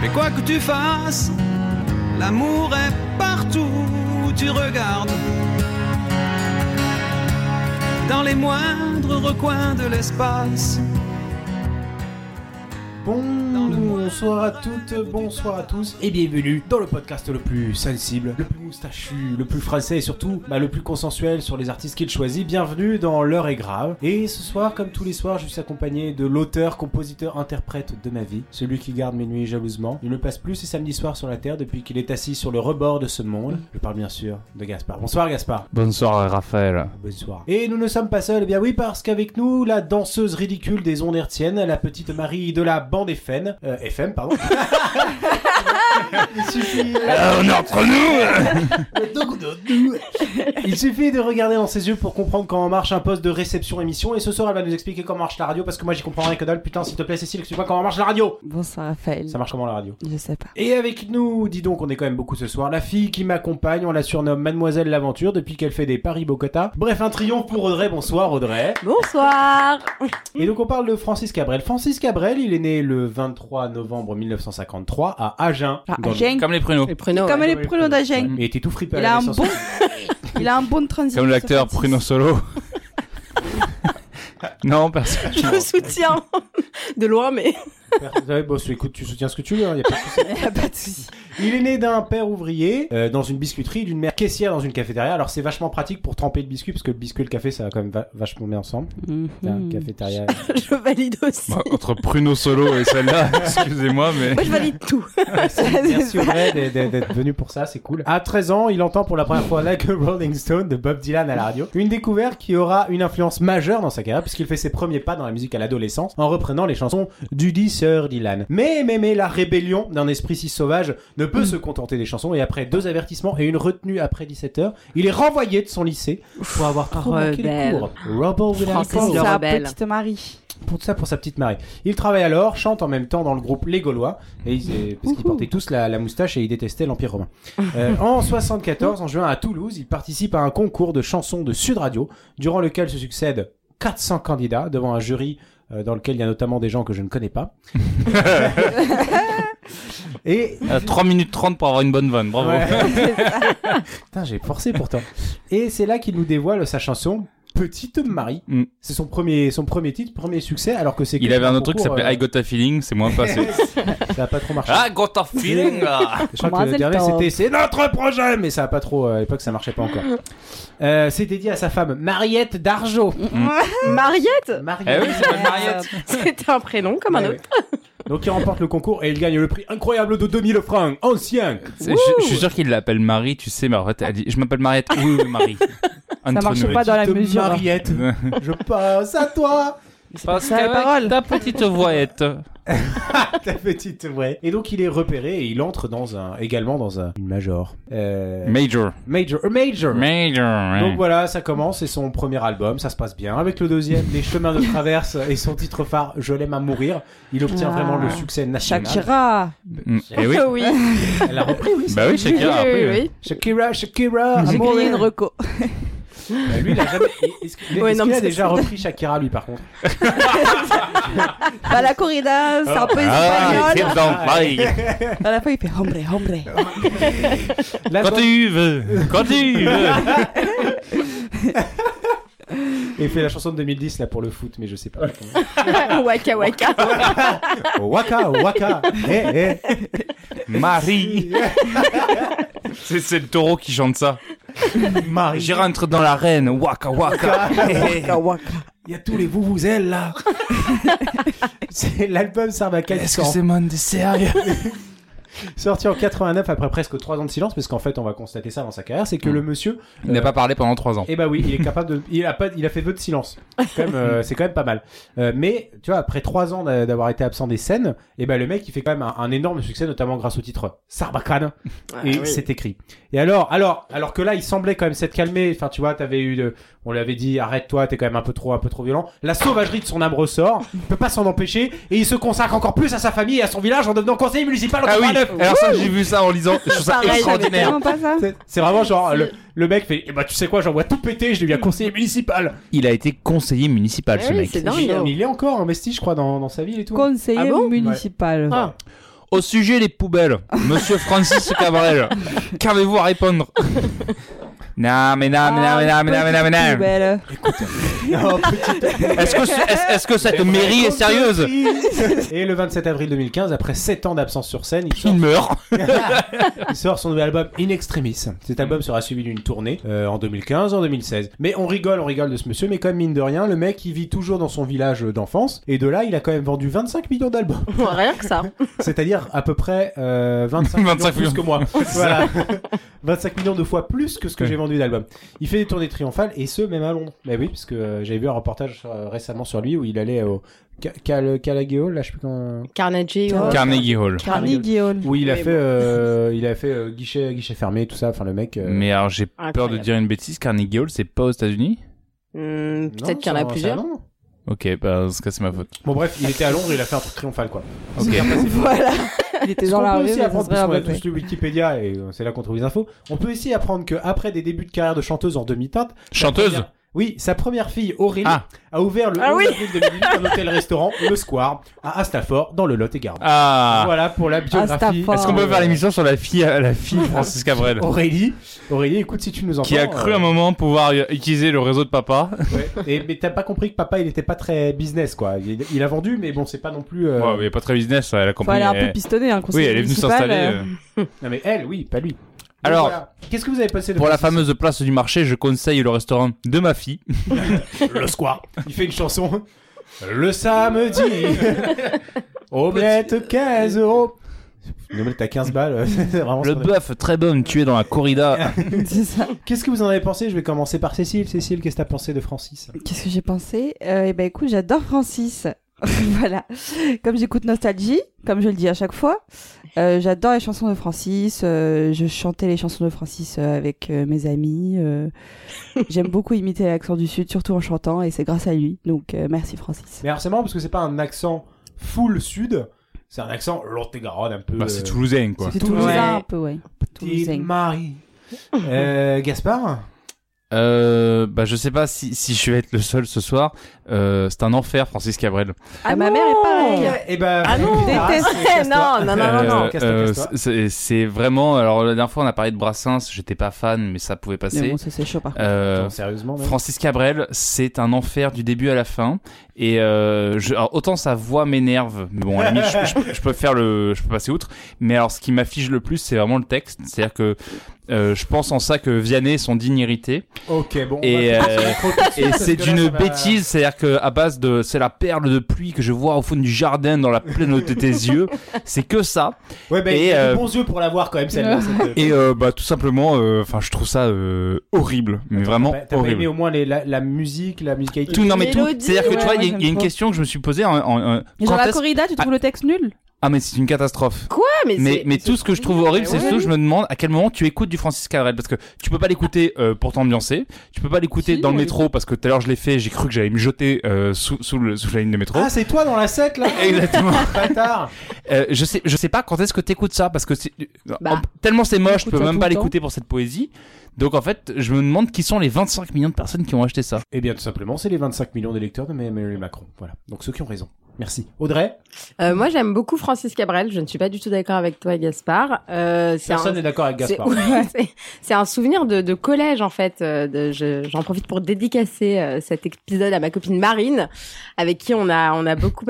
Mais quoi que tu fasses, l'amour est partout où tu regardes. Dans les moindres recoins de l'espace. Bonsoir à toutes, bonsoir à tous et bienvenue dans le podcast le plus sensible, le plus moustachu, le plus français et surtout bah, le plus consensuel sur les artistes qu'il choisit. Bienvenue dans L'heure est grave. Et ce soir, comme tous les soirs, je suis accompagné de l'auteur, compositeur, interprète de ma vie, celui qui garde mes nuits jalousement. Il ne passe plus ses samedis soirs sur la Terre depuis qu'il est assis sur le rebord de ce monde. Je parle bien sûr de Gaspard. Bonsoir Gaspard. Bonsoir Raphaël. Bonsoir. Et nous ne sommes pas seuls, eh bien oui, parce qu'avec nous, la danseuse ridicule des ondes hertziennes, la petite Marie de la bande FN, euh, FM, pardon. Il suffit, euh, on est entre nous euh. il suffit de regarder dans ses yeux pour comprendre comment marche un poste de réception émission. Et ce soir, elle va nous expliquer comment marche la radio, parce que moi, j'y comprends rien que dalle. Putain, s'il te plaît, Cécile, explique-moi comment marche la radio. Bonsoir Raphaël. Ça marche comment la radio Je sais pas. Et avec nous, dis donc, on est quand même beaucoup ce soir. La fille qui m'accompagne, on la surnomme Mademoiselle l'Aventure depuis qu'elle fait des paris Bocota. Bref, un triomphe pour Audrey. Bonsoir Audrey. Bonsoir. Et donc on parle de Francis Cabrel. Francis Cabrel, il est né le 23 novembre 1953 à Agen. Dans Ah, le- Mmh. Agen, Comme les pruneaux. Les pruneaux. comme ouais. les pruneaux d'Agen. Et il était tout fripé à Il la a un naissance. bon. Il a un bon transition. Comme l'acteur sur Pruno Solo. non, personne. Je le soutiens de loin, mais Ouais, bon, c'est- écoute, tu soutiens ce que tu veux, hein, y a pas de souci. Francis. Y a pas de souci. Il est né d'un père ouvrier euh, dans une biscuiterie, d'une mère caissière dans une cafétéria. Alors c'est vachement pratique pour tremper le biscuit parce que le biscuit et le café ça va quand même va- vachement bien ensemble. Mhm. C'est Mmh. un Cafétéria. je valide aussi. Bah, entre Pruno Solo et celle-là, excusez-moi, mais. Moi, je valide tout. Merci Audrey d'être- d'être d'être venu pour ça, c'est cool. À 13 ans, il entend pour la première fois Like a Rolling Stone de Bob Dylan à la radio. Une découverte qui aura une influence majeure dans sa carrière puisqu'il fait ses premiers pas dans la musique à l'adolescence en reprenant les chansons d'Udi Sir Dylan. Mais, mais, mais, la rébellion d'un esprit si sauvage ne peut se contenter des chansons et après deux avertissements et une retenue après 17 heures, il est renvoyé de son lycée pour avoir trop manqué les Rebelle. cours. Rebel without Francis cause Comme Le sa rebelle. petite Marie. pour ça pour sa petite Marie. Il travaille alors, chante en même temps dans le groupe Les Gaulois, et ils- euh, parce qu'ils Wouhou. portaient tous la, la moustache et ils détestaient l'Empire romain. Euh, en 74, en juin à Toulouse, il participe à un concours de chansons de Sud Radio, durant lequel se succèdent 400 candidats devant un jury euh, dans lequel il y a notamment des gens que je ne connais pas. et À 3 Euh, minutes 30 pour avoir une bonne vanne, bravo. Ouais. Putain, j'ai forcé pourtant. Et c'est là qu'il nous dévoile sa chanson Petite Marie. Mm. C'est son premier, son premier titre, premier succès, alors que c'est. Il que avait un autre truc qui concours, s'appelait euh, I Got a Feeling, c'est moins passé. ça a pas trop marché. ah, Got a Feeling là. je crois que le Mazel dernier Tov. c'était c'est notre projet, mais ça a pas trop. euh, À l'époque, ça marchait pas encore. Euh, c'est dédié à sa femme Mariette d'Argeau. Mariette, Mm. Eh Mariette. Bah oui, c'est pas Mariette. c'était un prénom comme un Ouais, autre. ouais. Donc il remporte le concours et il gagne le prix incroyable de 2000 francs ancien. C'est- Je, je suis sûr qu'il l'appelle Marie, tu sais, mais en fait, elle dit Je m'appelle Mariette. Oui, oui, Marie. Ça Entre marche nous. pas dans la Petite mesure. Mariette, je pense à toi. C'est pas Parce ça la que parole. ta petite voyette. Ta petite, ouais. Et donc il est repéré et il entre dans un, également dans un une major. Euh, Major. major, euh, major. Major. ouais. Donc voilà, ça commence, c'est son premier album, ça se passe bien. Avec le deuxième, Les Chemins de Traverse et son titre phare, Je l'aime à mourir, il obtient Ah. vraiment le succès national. Shakira. Mm. Eh oui. oui. Elle a repris, oui. Bah oui, Oui, Shakira. oui, après, oui. ouais. Shakira, Shakira, à J'ai mourir. grillé une reco. Bah, lui, il a jamais. Est-ce que- Ouais, est-ce non, qu'il mais a ça, déjà c'est- repris Shakira, lui, par contre Bah, la corrida, c'est un peu Ah, c'est espagnol. dans Paris. À la fin, il fait hombre, hombre. La Quand tu veux, quand tu veux. Il fait la chanson de 2010, là, pour le foot, mais je sais pas. waka waka. waka, waka Eh, eh. Marie. C'est, c'est le taureau qui chante ça. Marie, Je rentre dans l'arène, waka waka. Waka, waka. il y a tous les vous-vous-elles, là C'est l'album Sarbacane qui Est-ce que sort en c'est monde sérieux Sorti en 89 après presque 3 ans de silence, parce qu'en fait, on va constater ça dans sa carrière, c'est que le monsieur, Il n'a pas parlé pendant trois ans. eh ben oui, il est capable de, il a pas, il a fait vœu de silence. Quand même, euh, c'est quand même pas mal. Euh, mais tu vois, après 3 ans d'a- d'avoir été absent des scènes, eh ben le mec, il fait quand même un, un énorme succès, notamment grâce au titre Sarbacane. et c'est écrit. Et alors, alors, alors que là, il semblait quand même s'être calmé. Enfin, tu vois, t'avais eu, de- on lui avait dit, arrête-toi, t'es quand même un peu trop, un peu trop violent. La sauvagerie de son âme ressort. Il peut pas s'en empêcher, et il se consacre encore plus à sa famille et à son village en devenant conseiller municipal. en Ah oui, 89. alors ça j'ai vu ça en lisant, je trouve ça Pareil, j'avais extraordinaire. tellement pas ça. C'est- C'est vraiment genre, le, le mec fait, eh ben, tu sais quoi, j'envoie tout péter, je deviens conseiller municipal. Il a été conseiller municipal Eh ce oui, mec. c'est dingue. Mais il est encore investi, je crois, dans, dans sa ville et tout. Conseiller Ah bon municipal. Ah. Au sujet des poubelles, monsieur Francis Cabrel, qu'avez-vous à répondre Non, mais Ah, non, mais non, mais non, mais non, mais non, mais non. Poubelle. Non, petite- Est-ce que, ce- est-ce- est-ce que cette mairie est sérieuse Et le 27 avril 2015, après 7 ans d'absence sur scène, il sort, Il meurt. il sort son nouvel album In Extremis. Cet album sera suivi d'une tournée euh, en 2015, en 2016. Mais on rigole, on rigole de ce monsieur, mais comme mine de rien, le mec, il vit toujours dans son village d'enfance. Et de là, il a quand même vendu 25 millions d'albums. Rien que ça. C'est-à-dire à peu près euh, 25, 25 millions de plus millions. que moi. voilà. 25 millions de fois plus que ce que j'ai vendu d'albums. Il fait des tournées triomphales et ce même à Londres. Mais oui, parce que euh, j'avais vu un reportage euh, récemment sur lui où il allait au Ca- Cal Calagay Hall, là je sais plus comment. Carnegie. Car- ouais. Carnegie Hall. Carnegie Hall. Oui, il a Mais fait, bon. euh, il a fait euh, guichet, guichet fermé, tout ça. Enfin, le mec. euh, Mais alors, j'ai peur de Ah, Incroyable. dire une bêtise, Carnegie Hall, c'est pas aux États-Unis Hmm, non, Peut-être qu'il y en ça- a ça plusieurs. non. Ok, bah, dans ce cas, c'est ma faute. Bon, bref, il était à Londres, il a fait un truc triomphal, quoi. Ok. Voilà. Il était Ce dans qu'on la peut rue. aussi mais ça apprendre, se parce qu'on a voit tous lu Wikipédia et euh, c'est là qu'on trouve les infos. On peut aussi apprendre qu'après des débuts de carrière de chanteuse en demi-teinte, Chanteuse première- Oui, sa première fille, Aurélie, Ah. a ouvert le Ah 11 oui. avril 2008 un hôtel-restaurant, le Square, à Astaffort, dans le Lot-et-Garde. Ah Voilà pour la biographie. Astaffort. Est-ce qu'on peut faire l'émission sur la fille, euh, la fille Oh. de Francis Cabrel Aurélie, Aurélie, écoute si tu nous entends. qui a cru un moment pouvoir euh, utiliser le réseau de papa. euh, ouais. Et mais t'as pas compris que papa il était pas très business quoi. Il, il a vendu mais bon c'est pas non plus. euh, Ouais, mais pas très business, elle a Faut compris. aller un elle- peu pistonner, hein, Oui, elle est venue s'installer. euh. Non mais elle oui pas lui. Donc, Alors, voilà. qu'est-ce que vous avez passé de Pour la Francis fameuse place du marché, je conseille le restaurant de ma fille. Le Square. Il fait une chanson. Le samedi. Omelette 15 euros. Une omelette à 15 balles. c'est vraiment Le son- bœuf très bon tué dans la corrida. euh, C'est ça. Qu'est-ce que vous en avez pensé Je vais commencer par Cécile. Cécile, qu'est-ce que t'as pensé de Francis Qu'est-ce que j'ai pensé euh, Eh ben écoute, j'adore Francis. voilà. Comme j'écoute Nostalgie, comme je le dis à chaque fois, euh, j'adore les chansons de Francis. euh, je chantais les chansons de Francis euh, avec euh, mes amis. euh, J'aime beaucoup imiter l'accent du Sud, surtout en chantant, et c'est grâce à lui. Donc euh, merci Francis. Mais alors c'est marrant parce que c'est pas un accent full sud, c'est un accent Lot-et-Garonne un peu. Bah, c'est toulousain, quoi. C'est Toulousain. Toulousain un peu, ouais. Petite Toulousain. Marie. Euh, Gaspard Euh, bah, je sais pas si, si je vais être le seul ce soir. Euh, c'est un enfer, Francis Cabrel. Ah, ma mère est pareille. Eh ben, Ah non, Déteste. non, non, non, non, non. Euh, Casse-toi, euh, casse-toi. c'est- C'est vraiment. Alors, la dernière fois, on a parlé de Brassens. J'étais pas fan, mais ça pouvait Mais passer. bon, ça c'est chaud par contre. Euh, Attends, Sérieusement, même. Francis Cabrel, c'est un enfer du début à la fin. Et euh, je- alors, autant sa voix m'énerve, mais bon, à la limite, je, je- je peux faire le, je peux passer outre. Mais alors, ce qui m'affiche le plus, c'est vraiment le texte. C'est-à-dire que euh, je pense en ça que Vianney, est son digne irrité. Ok, bon. on Et, va- euh, Et Parce c'est que là, d'une ça va- bêtise, c'est-à-dire que à base de, c'est la perle de pluie que je vois au fond du jardin dans la pleine de tes yeux. C'est que ça. Ouais, ben, Et, il a euh, de bons yeux pour l'avoir quand même celle-là. cette- Et euh, bah tout simplement, euh, enfin, je trouve ça euh, horrible, mais vraiment Bah, T'as pas horrible. aimé au moins les- la, la musique, la musicalité Tout, non mais tout. Mélodie, C'est-à-dire que ouais, tu vois, il y a- moi, il y, a j'aime une pas. question que je me suis posée hein, en, en- en- Mais quand genre la est-ce- corrida, tu trouves le texte nul Ah mais c'est une catastrophe. Quoi Mais, Mais, c'est- mais tout ce que je trouve horrible, c'est Ouais, que ouais. je me demande à quel moment tu écoutes du Francis Cabrel parce que tu peux pas l'écouter euh, pour t'ambiancer, tu peux pas l'écouter Si, dans le on métro parce que tout à l'heure je l'ai fait, j'ai cru que j'allais me jeter euh, sous, sous, le- sous la ligne de métro. Ah, c'est toi dans la 7 là Exactement. Bâtard Euh, je sais, je sais pas quand est-ce que t'écoutes ça parce que c'est Bah, en- tellement c'est moche, je peux écoute ça même tout pas le temps. l'écouter pour cette poésie. Donc en fait, je me demande qui sont les 25 millions de personnes qui ont acheté ça. Eh bien, tout simplement, c'est les 25 millions d'électeurs de Emmanuel Macron. Voilà. Donc ceux qui ont raison. Merci. Audrey euh, moi, j'aime beaucoup Francis Cabrel. Je ne suis pas du tout d'accord avec toi, Gaspard. Euh, c'est Personne un- n'est d'accord avec Gaspard. C'est- ouais, c'est- C'est un souvenir de, de collège en fait. euh, de- je- J'en profite pour dédicacer euh, cet épisode à ma copine Marine, avec qui on a on a beaucoup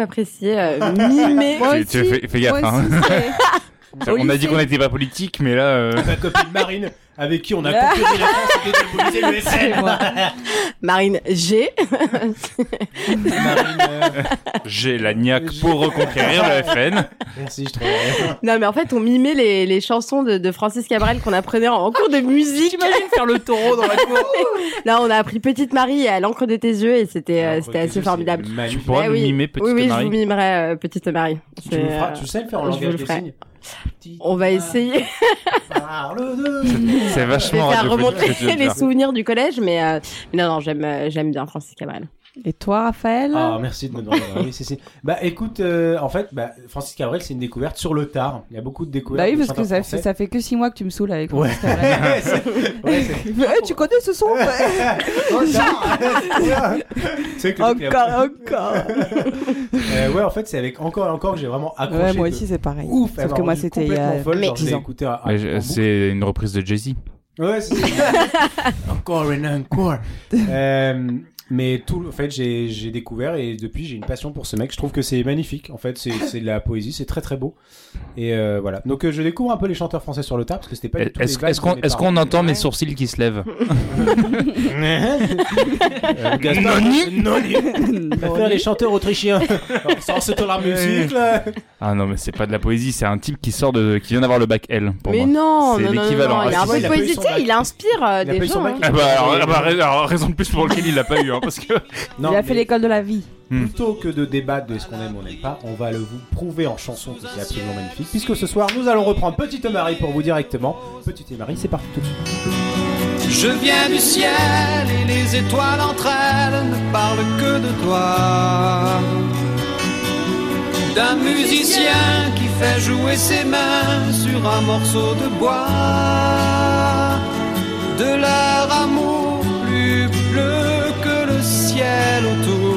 apprécié euh, mimer. Moi Ah. Tu- tu aussi, fais- fais gaffe, moi hein. aussi, c'est- Au On a dit lycée. qu'on n'était pas politique, mais là, euh, Ma copine Marine, avec qui on a conquis la France et démobilisé le SN. Marine G. Marine, euh, j'ai la niaque pour reconquérir le FN. Merci, je trouve. rien. Non mais en fait on mimait les, les chansons de, de Francis Cabrel qu'on apprenait en, en cours de musique. Faire le taureau dans la cour. Là on a appris Petite Marie et à l'encre de tes yeux et c'était euh, Alors, c'était Dieu, assez c'est formidable. Tu magnifique. pourras Eh nous oui. mimer, petite oui oui je Marie. vous mimerai euh, Petite Marie. Tu, me C'est, feras- euh, tu sais le faire en je vous langage le des ferai. signes Petit On va essayer. parle de- C'est Je vais vachement faire radiophonique ce que tu viens remonter de les faire. souvenirs du collège, mais, euh, mais non, non, j'aime, euh, j'aime bien Francis Cabrel. Et toi, Raphaël Ah, merci de me demander. oui, c'est, c'est- Bah écoute, euh, en fait, bah, Francis Cabrel, c'est une découverte sur le tard. Il y a beaucoup de Bah découvertes. oui, de parce que ça chanteurs fait, français. ça fait que 6 mois que tu me saoules avec Ouais. Francis Cabrel. C'est- ouais, c'est- Eh, tu connais ce son Oh, non C'est que le truc, il y a- Encore, encore. Euh, ouais, en fait, c'est avec encore et encore que j'ai vraiment accroché. Ouais, moi de aussi, c'est pareil. Ouf, elle Sauf m'a que moi, rendu c'était euh, il y complètement a. folle, Mais- genre, je l'ai 10 ans. écouté à- à- Ouais, en je- boucle. C'est une reprise de Jay-Z. Ouais, c'est Encore et encore. Euh, mais tout, en fait, j'ai j'ai découvert et depuis, j'ai une passion pour ce mec. Je trouve que c'est magnifique. En fait, c'est c'est de la poésie, c'est très très beau. Et euh, voilà. Donc, euh, je découvre un peu les chanteurs français sur le tard parce que c'était pas du tout. Est-ce les est-ce qu'on vibes de mes est-ce qu'on entend mes sourcils qui se lèvent parents. Euh, Gaspard, Noni. Préfère les chanteurs autrichiens. Sans se la musique, là. Ah non, mais c'est pas de la poésie, c'est un type qui sort de, qui vient d'avoir le bac L. Pour Mais moi. non, C'est non, non, non, l'équivalent. non, il Ah, a un si, peu il de a pas eu poésie, son tu sais, bac. il inspire Il euh, a pas des eu son gens. bac, hein. il a Ah bah, alors, ah bah, rais- alors, raison de plus pour lequel il l'a pas eu, hein, parce que. Il a fait mais- l'école de la vie. Hmm. Plutôt que de débattre de ce qu'on aime ou on n'aime pas, on va le vous prouver en chanson, ce qui est absolument magnifique. Puisque ce soir, nous allons reprendre Petite Marie pour vous directement. Petite Marie, c'est parti tout de suite. Je viens du ciel et les étoiles entre elles ne parlent que de toi. D'un musicien qui fait jouer ses mains sur un morceau de bois. De leur amour plus bleu que le ciel autour.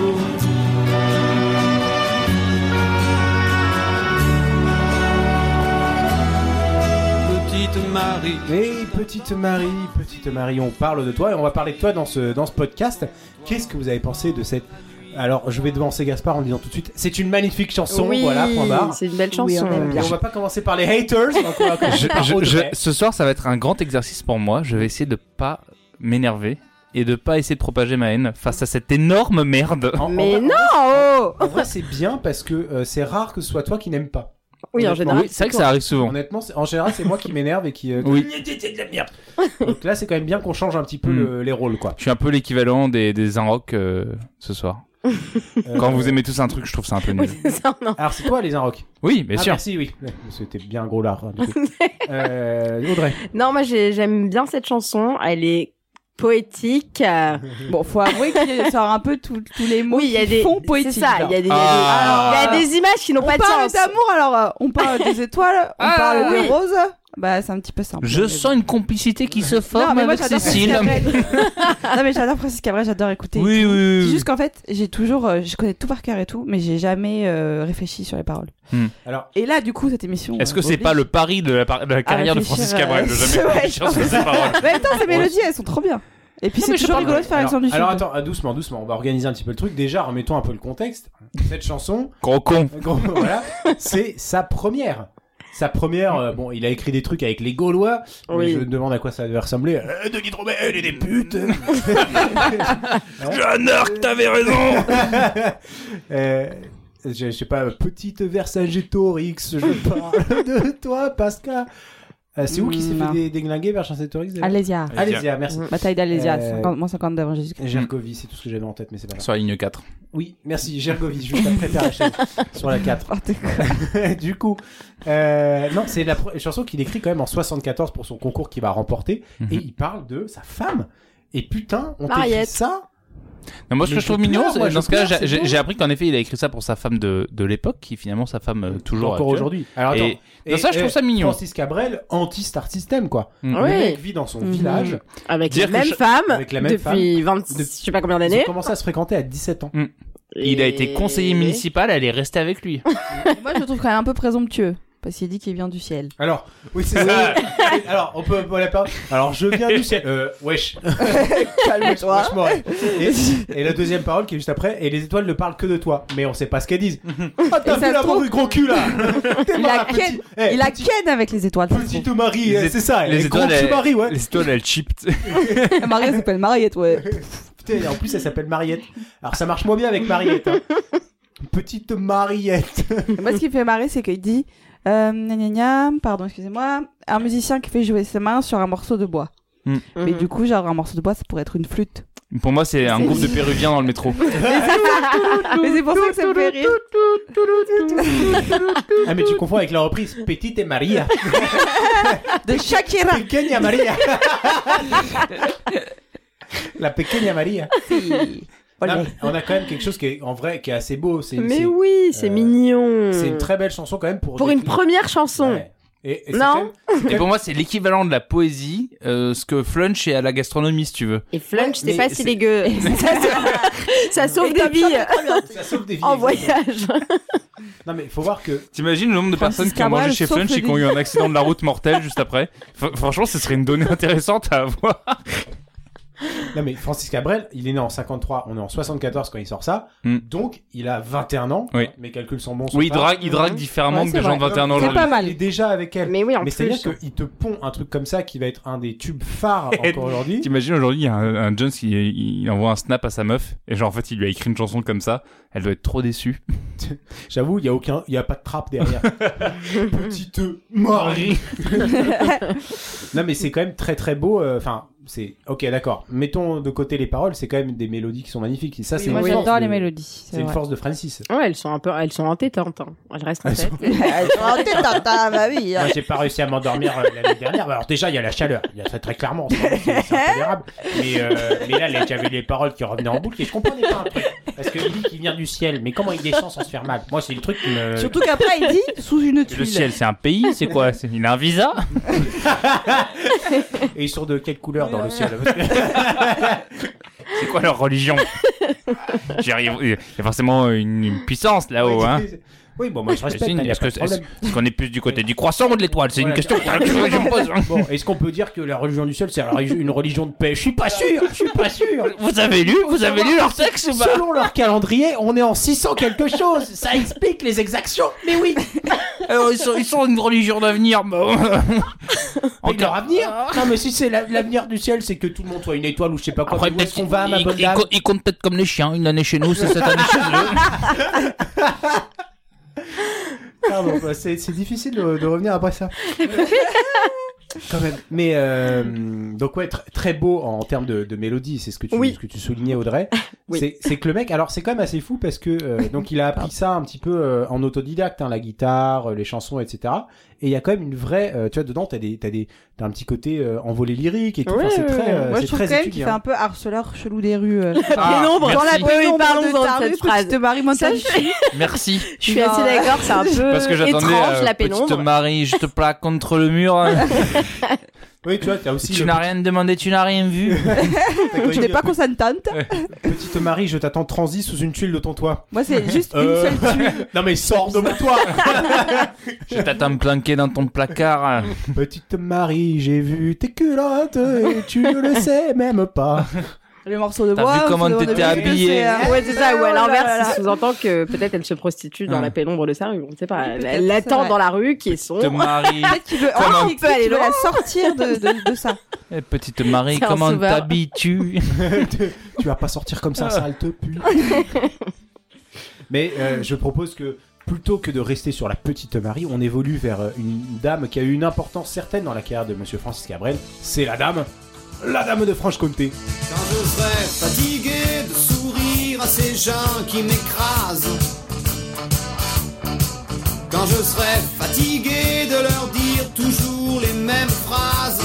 Petite Marie. Et Petite Marie, Petite Marie, on parle de toi et on va parler de toi dans ce, dans ce podcast. Qu'est-ce que vous avez pensé de cette. Alors, je vais devancer Gaspard en disant tout de suite c'est une magnifique chanson, oui, voilà, point barre. c'est une belle chanson. Oui, on aime Et bien. on va pas commencer par les haters, donc on va commencer Je- par je- je- Audrey. ce soir, ça va être un grand exercice pour moi. Je vais essayer de pas m'énerver et de pas essayer de propager ma haine face à cette énorme merde. En- en Mais vrai- non oh En vrai, c'est bien parce que euh, c'est rare que ce soit toi qui n'aimes pas. Oui, en Ah, général. Oui, c'est vrai que ça arrive souvent. Honnêtement, c'est- en général, c'est moi qui m'énerve et qui. euh, Oui. C'est de la merde. Donc là, c'est quand même bien qu'on change un petit peu Mm. le- les rôles, quoi. Je suis un peu l'équivalent des, des Inrocks, euh, ce soir. Quand vous aimez tous un truc, je trouve ça un peu nul. C'est ça, non. Euh, Alors, c'est toi, les Inrocks Oui, bien ah, sûr. Merci, oui. Ouais, C'était bien un gros lard. hein, du coup. Euh, Audrey. Non, moi j'ai- j'aime bien cette chanson. Elle est poétique. euh, Bon, faut avouer qu'il sort un peu tous tous les mots oui, il y a qui des. font poétique. C'est ça, il y a des, il y a des- Ah. il y a des images qui n'ont On pas de parle sens. d'amour, alors euh, on parle des étoiles, on Ah, parle oui. des roses. Bah, c'est un petit peu simple. Je Mais- sens une complicité qui se Non, forme mais moi, avec j'adore Francis Cécile. Cabrel. non, mais j'adore Francis Cabrel, j'adore écouter. Oui, oui, oui. Mm. C'est juste qu'en fait, j'ai toujours, euh, je connais tout par cœur et tout, mais j'ai jamais euh, réfléchi sur les paroles. Alors, Et là, du coup, cette émission. Est-ce euh, que c'est oblige- pas le pari de la, par- de la carrière de réfléchir, Francis Cabrel euh, de c'est jamais vrai, réfléchir sur je- ses paroles Mais attends, ces mélodies, elles sont trop bien. Et puis Non, c'est mais je toujours parle- rigolo de faire alors, l'accent du alors, sud. attends, ah, doucement, doucement. On va organiser un petit peu le truc. Déjà, remettons un peu le contexte. Cette chanson, Gros con. gros, voilà, c'est sa première. Sa première, euh, bon, il a écrit des trucs avec les Gaulois. mais Oui. je me demande à quoi ça devait ressembler. Euh, Denis Drommel et des putes. Jeanne d'Arc, t'avais raison Euh, je, je sais pas, petite Vercingétorix, je parle de toi, Pascal. Euh, c'est où qui s'est Non. fait dé- déglinguer Vercingétorix déjà Alésia. Alésia, merci. Bataille d'Alésia, Euh, 50 moins 50 d'avant Jésus-Christ. Gergovie, c'est tout ce que j'avais en tête, mais c'est pas grave. Sur la ligne 4. Oui, merci, Gergovie, juste après ta chaîne, sur la 4. Oh, t'es con. du coup, euh, non, c'est la pre- chanson qu'il écrit quand même en 74 pour son concours qu'il va remporter, et il parle de sa femme. Et putain, on t'écrit Mariette. ça Non, moi, ce Mais que je je trouve pleure, mignon, moi, c'est- je dans ce cas-là, pleure, j'ai- c'est j'ai beau. j'ai appris qu'en effet, il a écrit ça pour sa femme de, de l'époque, qui finalement, sa femme, euh, toujours. encore actuelle. aujourd'hui. Alors attends, euh, Et- dans ça, je trouve ça mignon. Francis Cabrel, anti-star system, quoi. Mm. Ah ouais. Le mec vit dans son Mhm. village. Avec Dire la que même je- femme avec la même depuis 20, Depuis- je sais pas combien Ils ont d'années. commencé à se fréquenter à 17 ans. Il a Et- été conseiller municipal, elle est restée avec lui. Moi, je le trouve quand même un peu présomptueux. Parce qu'il dit qu'il vient du ciel. Alors, oui, c'est ça. Alors, on peut, on peut la parler. Alors, je viens du ciel. Euh, wesh. Calme-toi. Wesh, moi. Et, et la deuxième parole qui est juste après, et les étoiles ne parlent que de toi. Mais on sait pas ce qu'elles disent. Oh, Et t'as ça vu se la trouve- bande de gros cul là T'es Il marre, a petit- eh, Il a petit- ken avec les étoiles. Petit tout mari, Les eh, é- c'est ça. les Les gros étoiles, tout elles- mari, ouais. Les étoiles, elle chip. Mariette s'appelle Mariette, ouais. Putain, et en plus, elle s'appelle Mariette. Alors, ça marche moins bien avec Mariette. hein. Petite Mariette. Et Moi, ce qui me fait marrer, c'est qu'il dit euh, gna gna gna, pardon, excusez-moi, un musicien qui fait jouer ses mains sur un morceau de bois. Mhm. Mais du coup, genre, un morceau de bois, ça pourrait être une flûte. Pour moi, c'est un C'est- groupe de Péruviens dans le métro. Mais c'est pour ça que ça me fait rire. Ah, mais tu confonds avec la reprise Petite Maria. De Shakira. Pequeña Maria. La Pequeña Maria. Non, mais on a quand même quelque chose qui est en vrai qui est assez beau. C'est Mais c'est- oui, c'est euh, mignon. c'est une très belle chanson quand même pour Pour des- une première chanson. Ouais. Et, et c'est Non. quand même- c'est quand Et même- pour moi, c'est l'équivalent de la poésie, euh, ce que Flunch est à la gastronomie, si tu veux. Et Flunch, Ouais, c'est pas mais si c'est- dégueu. ça, sauve- ça sauve des vies Ah, ça sauve des vies. en voyage. Non mais faut voir que T'imagines le nombre de Francis personnes qui ont Cabrel mangé chez sauf Flunch le et qui ont eu un accident de la route mortel juste après F- Franchement, ce serait une donnée intéressante à avoir. non mais Francis Cabrel, il est né en 53, on est en 74 quand il sort ça, Hmm. donc il a 21 ans. Oui. Mes calculs sont bons. sont Oui, il pas- drague, il drague Mhm. différemment Ouais, que des c'est gens de vrai. 21 ans C'est C'est aujourd'hui. pas mal. Il est déjà avec elle. Mais oui, en mais plus. c'est-à-dire qu'il te pond un truc comme ça qui va être un des tubes phares encore aujourd'hui. T'imagines aujourd'hui, il y a un, un Jones qui il il envoie un snap à sa meuf et genre en fait il lui a écrit une chanson comme ça, elle doit être trop déçue. J'avoue, il y a aucun, il y a pas de trappe derrière. Petite Marie. non, mais c'est quand même très très beau. euh, Enfin, c'est ok, d'accord. Mettons de côté les paroles, c'est quand même des mélodies qui sont magnifiques. Et ça, c'est Moi, une force j'adore de- les mélodies. C'est C'est une vrai. force de Francis. Ouais, elles sont un peu, elles sont entêtantes. hein. Elles restent en Elles tête. Ah, t'es tintin, bah oui. Moi, j'ai pas réussi à m'endormir euh, l'année dernière. Alors déjà, il y a la chaleur. Il y a ça très clairement. C'est c'est intolérable. Mais, euh, mais là, les- j'avais les paroles qui revenaient en boucle et je comprenais pas un truc. Parce qu'il dit qu'il vient du ciel. Mais comment il descend sans se faire mal Moi, c'est le truc qui me... Surtout qu'après, il dit sous une tuile. Le ciel, c'est un pays, c'est quoi C'est- Il a un visa Et ils sont de quelle couleur dans le ciel C'est quoi leur religion J'y arrive. Il y a forcément une, une puissance là-haut. Hein. Oui, bon, moi, je respecte. Signe, hein, y a est-ce pas de que- est-ce- problème. Est-ce qu'on est plus du côté du croissant ou de l'étoile C'est une Voilà. question que je me pose. hein. Bon, est-ce qu'on peut dire que la religion du ciel, c'est la religion- une religion de paix Je suis pas sûr, je suis pas sûr. Vous avez lu Vous avez lu leur texte ou pas Selon leur calendrier, on est en 600 quelque chose. Ça explique les exactions. Mais oui, Alors, Euh, ils, sont, ils sont une religion d'avenir. bah, bon. Et leur Encore. Ah. avenir. Non, mais si c'est la- l'avenir du ciel, c'est que tout le monde soit une étoile ou je sais pas quoi. Après, Mais où est-ce peut-être qu'on va, ma ils- bonne ils, dame co- ils comptent peut-être comme les chiens. Une année chez nous, c'est cette année chez eux. Pardon, bah, c'est c'est difficile de, de revenir après ça. Quand même. Mais euh, donc ouais, tr- très beau en termes de, de mélodie, c'est ce que tu Oui. ce que tu soulignais Audrey. Oui. C'est- C'est que le mec, alors c'est quand même assez fou parce que euh, donc il a appris ça un petit peu euh, en autodidacte, hein, la guitare, euh, les chansons, etc. Et il y a quand même une vraie, euh, tu vois, dedans t'as des t'as des t'as un petit côté euh, envolé lyrique et tout. Ouais, Enfin, c'est ouais, très, ouais. euh, Moi, c'est je trouve très quand même étudié, qu'il hein. fait un peu harceleur chelou des rues. euh. Ah, Pénombre dans la merci. Oui, pénombre parlons-en de ta de rue, cette quand tu te maries moins de Ça, ta je vie. Merci. Je suis Non. assez d'accord, c'est un peu Parce que j'attendais étrange euh, la petite pénombre. Marie, je te plaque contre le mur. Oui, tu vois, t'as aussi tu le- n'as rien demandé, tu n'as rien vu. Tu n'es pas consentante. petite Marie, je t'attends transi sous une tuile de ton toit. Moi, c'est juste une Euh. seule tuile. Non mais sors de mon toit. Je t'attends me planquer dans ton placard. Petite Marie, j'ai vu tes culottes et tu ne le sais même pas. Le morceau de T'as bois. vu on comment se demande t'étais bien ce que habillée. c'est, hein. Ah, Ouais, c'est ça, ou à Oh là là l'inverse, là. il sous-entend que peut-être elle se prostitue dans Ah. la pénombre de sa rue. On ne sait pas. Elle- peut-être, Elle c'est l'attend vrai. dans la rue qui est sombre. Petite Marie, Peut-être qu'il veut, Comment- Ah, On il peut veut aller la sortir de, de, de ça. eh, petite Marie, C'est un comment sauveur. t'habilles-tu tu vas pas sortir comme ça, sale te pue. Mais euh, je propose que plutôt que de rester sur la petite Marie, on évolue vers euh, une dame qui a eu une importance certaine dans la carrière de Monsieur Francis Cabrel. C'est la dame, la dame de Franche-Comté. Quand je serai fatigué de sourire à ces gens qui m'écrasent. Quand je serai fatigué de leur dire toujours les mêmes phrases.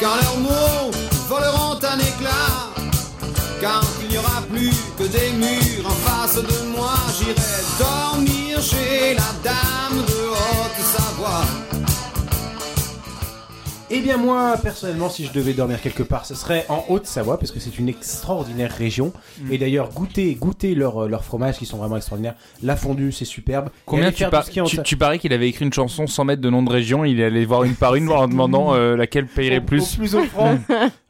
Quand leurs mots voleront un éclat. Quand il n'y aura plus que des murs en face de moi, j'irai dormir chez la dame de Haute-Savoie. Eh bien moi, personnellement, si je devais dormir quelque part, ce serait en Haute-Savoie, parce que c'est une extraordinaire région. Mm. Et d'ailleurs, goûter, goûter leurs leur fromages qui sont vraiment extraordinaires. La fondue, c'est superbe. Et Combien aller tu, faire par- du ski en tu, Sa- tu parais qu'il avait écrit une chanson sans mettre de nom de région, il est allé voir une par une en demandant euh, laquelle payerait au- plus. au plus offrant.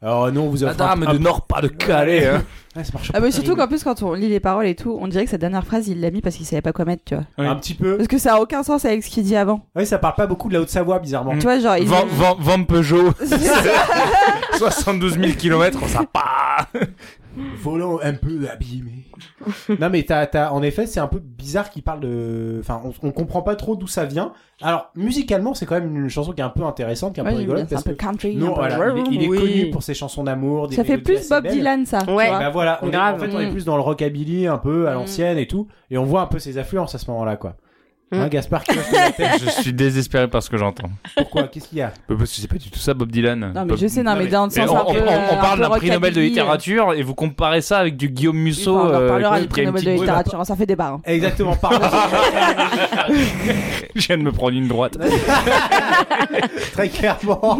Alors non, on vous offre Madame un- de Nord, pas de Calais. hein. Ouais, ça marche Ah, pas mais surtout terrible. qu'en plus, quand on lit les paroles et tout, on dirait que sa dernière phrase, il l'a mis parce qu'il savait pas quoi mettre, tu vois. Oui. un petit peu. Parce que ça a aucun sens avec ce qu'il dit avant. Oui, ça parle pas beaucoup de la Haute-Savoie Mm. bizarrement. Tu vois, genre, il. Vend, vend- vend Peugeot, 72 000 km, ça pas. Volant un peu abîmé. non mais t'as, t'as- en effet, c'est un peu bizarre qu'il parle de enfin on, on comprend pas trop d'où ça vient. Alors musicalement, c'est quand même une chanson qui est un peu intéressante, qui est un Ouais, peu j'aime bien, rigolote c'est un parce peu que country. un non, peu- voilà, il est, il est Oui. connu pour ses chansons d'amour, des Ça fait mélodies plus assez Bob belles. Dylan, ça. tu Ouais. vois. Bah voilà, on est- en Grave. fait on est Mm. plus dans le rockabilly un peu à Mm. l'ancienne et tout, et on voit un peu ses affluences à ce moment-là quoi. Hein, Gaspard, qui hoche la tête. Je suis désespéré par ce que j'entends. pourquoi Qu'est-ce qu'il y a Parce que c'est pas du tout ça, Bob Dylan. Non, mais je sais, non, mais dans le Mais sens on, un on- peu. on- on euh, un parle peu d'un prix Nobel de rockabilly. littérature et vous comparez ça avec du Guillaume Oui, Musso. enfin, on en euh, parlera du qui a prix une Nobel de petite- littérature, hein, ça fait débat. hein. Exactement, pardon. Je viens de me prendre une droite. Très clairement.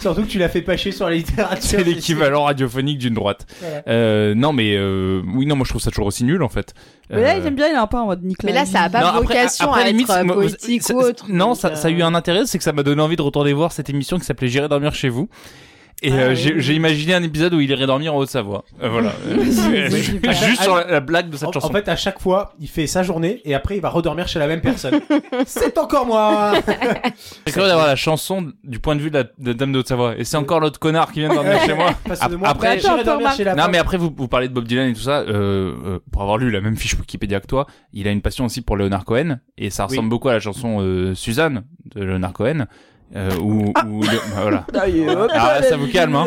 Surtout que tu l'as fait pâcher sur la littérature. C'est l'équivalent radiophonique d'une droite. Voilà. Euh, non, mais euh, oui, non, moi je trouve ça toujours aussi nul en fait. Mais là, Euh, il aime bien, il est un peu en mode Nicolas. Mais là, ça a Hulot. pas non, vocation à être, euh, moi, vous- poétique ça- ou autre, Non, donc, ça, ça a euh, eu un intérêt, c'est que ça m'a donné envie de retourner voir cette émission qui s'appelait J'irai dormir chez vous. Et Ah, euh, oui. j'ai j'ai imaginé un épisode où il irait dormir en Haute-Savoie. Euh, voilà. Euh, c'est- Oui, juste super. sur la, la blague de cette En, en chanson. fait, à chaque fois, il fait sa journée et après, il va redormir chez la même personne. C'est encore moi J'ai curieux d'avoir la chanson du point de vue de la, de la dame de Haute-Savoie. Et c'est encore l'autre connard qui vient de dormir chez moi. Parce que moi, Après- après, j'irai Attends, dormir attends, chez la Non, femme. mais après, vous, vous parlez de Bob Dylan et tout ça. euh, euh, pour avoir lu la même fiche Wikipédia que toi, il a une passion aussi pour Leonard Cohen. Et ça ressemble Oui. beaucoup à la chanson euh, Suzanne de Leonard Cohen. Euh, où, Ah. où le- bah, voilà. D'ailleurs, Alors là, ça vous calme, hein.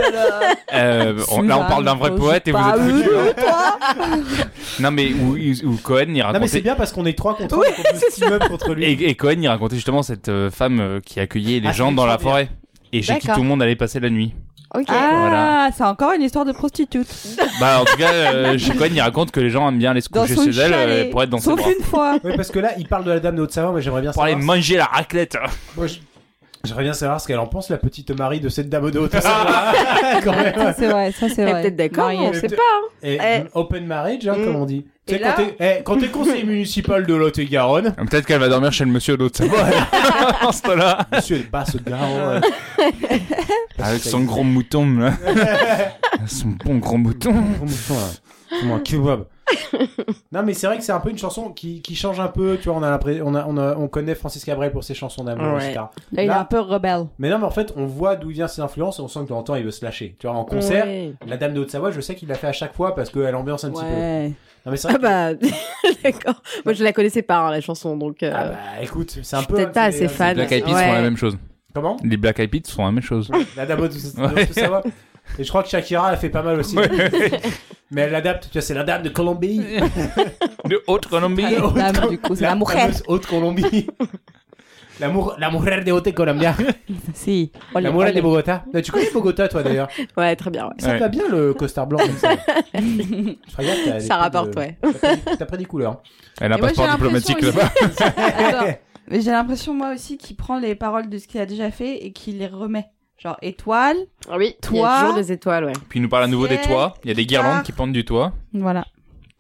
Euh, on- là, on parle d'un vrai oh, Ah, Suzanne, oh, poète et vous pas êtes eu, foutus, hein. toi Non, mais où, où Cohen il Non, mais c'est racontait. bien parce qu'on est trois contre Oui, un, contre le petit meuble contre lui. Et, et Cohen il racontait justement cette euh, femme euh, qui accueillait les Ah, gens c'est dans la extraordinaire. forêt. Et chez qui D'accord. tout le monde allait passer la nuit. Ok. Ah, c'est encore une histoire de prostitute. Bah, en tout cas, euh, chez Cohen, il raconte que les gens aiment bien aller se Dans coucher son chez elle chalet. euh, pour être dans ses Sauf bras. une fois. Oui, parce que là, il parle de la dame de Haute-Savoie, mais j'aimerais bien Pour aller savoir. manger la raclette. Moi, je- J'aimerais bien savoir ce qu'elle en pense, la petite Marie de cette dame de Haute-Savoie. Quand même. Ça, c'est vrai, ça, c'est Elle est vrai. peut-être d'accord, hein. Mariée. on Mais sait peut- pas. Et Eh. open marriage, hein, Mm. comme on dit. Tu Et sais, quand là- t'es eh, quand t'es conseiller municipal de Lot-et-Garonne, Ah, Peut-être qu'elle va dormir chez le monsieur d'autre. En ce temps-là. monsieur est basse de Garonne. Ah. Avec son gros mouton, là. son bon gros mouton. Comment ça, là Comment un kebab Non, mais c'est vrai que c'est un peu une chanson qui, qui change un peu. Tu vois, on a l'impression, on, a- on, a- on connaît Francis Cabrel pour ses chansons d'amour, Ouais. etc. Là, il est Là- un peu rebelle. Mais non, mais en fait, on voit d'où vient ses influences et on sent que de temps en temps, il veut se lâcher. Tu vois, en Ah, concert, Ouais. la Dame de Haute-Savoie, je sais qu'il l'a fait à chaque fois parce qu'elle ambiance un petit peu. Ouais. Non, mais c'est vrai. Ah que- bah, d'accord. Moi, je la connaissais pas, hein, la chanson, donc. euh, Ah bah, écoute, c'est un je suis peu. peut-être pas c'est- assez Ah, fan. bah, Black Eyed Peas Ouais. font la même chose. Comment Les Black Eyed Peas font la même chose. La Dame de Haute- de Ouais. Haute-Savoie. Et je crois que Shakira, elle fait pas mal aussi. Ouais. Mais elle l'adapte, tu vois, c'est la Dame de Colombie. De Haute-Colombie. Ah, haute la dame, com- du coup, c'est la la mujer. fameuse haute Colombie. La, mou- la mujer de haute Ah, Colombia. Si. Olé, La mujer olé. de Bogota. Mais tu connais Bogota, toi, d'ailleurs. Ouais, très bien. ouais. Ça te va bien, le costard blanc, comme ça. Je regarde, t'as des Ça coups rapporte, de- ouais. T'as pris, t'as pris des couleurs. Elle a un Et moi, passeport j'ai diplomatique l'impression là-bas. Attends, mais j'ai l'impression, moi aussi, qu'il prend les paroles de ce qu'il a déjà fait et qu'il les remet. Genre, étoile. Ah oui, il y Toi- a toujours des étoiles, ouais. Puis il nous parle à nouveau des Ciel, toits. Il y a des guirlandes qui pendent du toit. Voilà.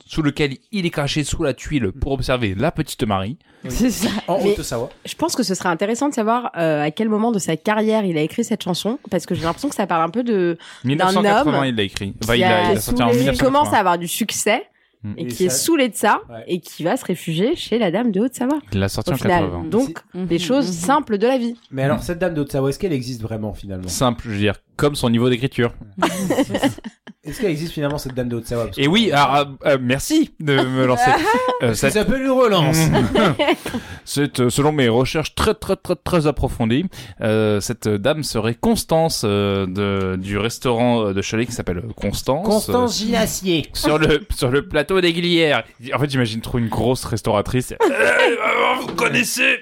Sous lequel il est caché sous la tuile pour observer la petite Marie. Oui. C'est ça. En Mais- Haute-Savoie. Je pense que ce serait intéressant de savoir euh, à quel moment de sa carrière il a écrit cette chanson, parce que j'ai l'impression que ça parle un peu de. 1980, il l'a écrit. Enfin, Bah, il qui l'a a- il l'a sorti en qui 1980. commence à avoir du succès Mm. et Et qui est ça- saoulé de ça Ouais. et qui va se réfugier chez la dame de Haute-Savoie. Il l'a sorti Au en final, 80. donc des choses simples de la vie. Mais alors, cette dame de Haute-Savoie, est-ce qu'elle existe vraiment, finalement Simple, je veux dire, comme son niveau d'écriture. Est-ce qu'elle existe finalement, cette dame de Haute-Savoie Parce que- Et oui, ah, ah, ah, merci de me lancer. Euh, Ça cette- s'appelle une relance. Mm. cette, euh, selon mes recherches très très très très approfondies, euh, cette dame serait Constance euh, de, du restaurant euh, de chalet qui s'appelle Constance. Constance Ginassier. euh, sur le sur le plateau des Glières. En fait, j'imagine trop une grosse restauratrice. Euh, euh, vous connaissez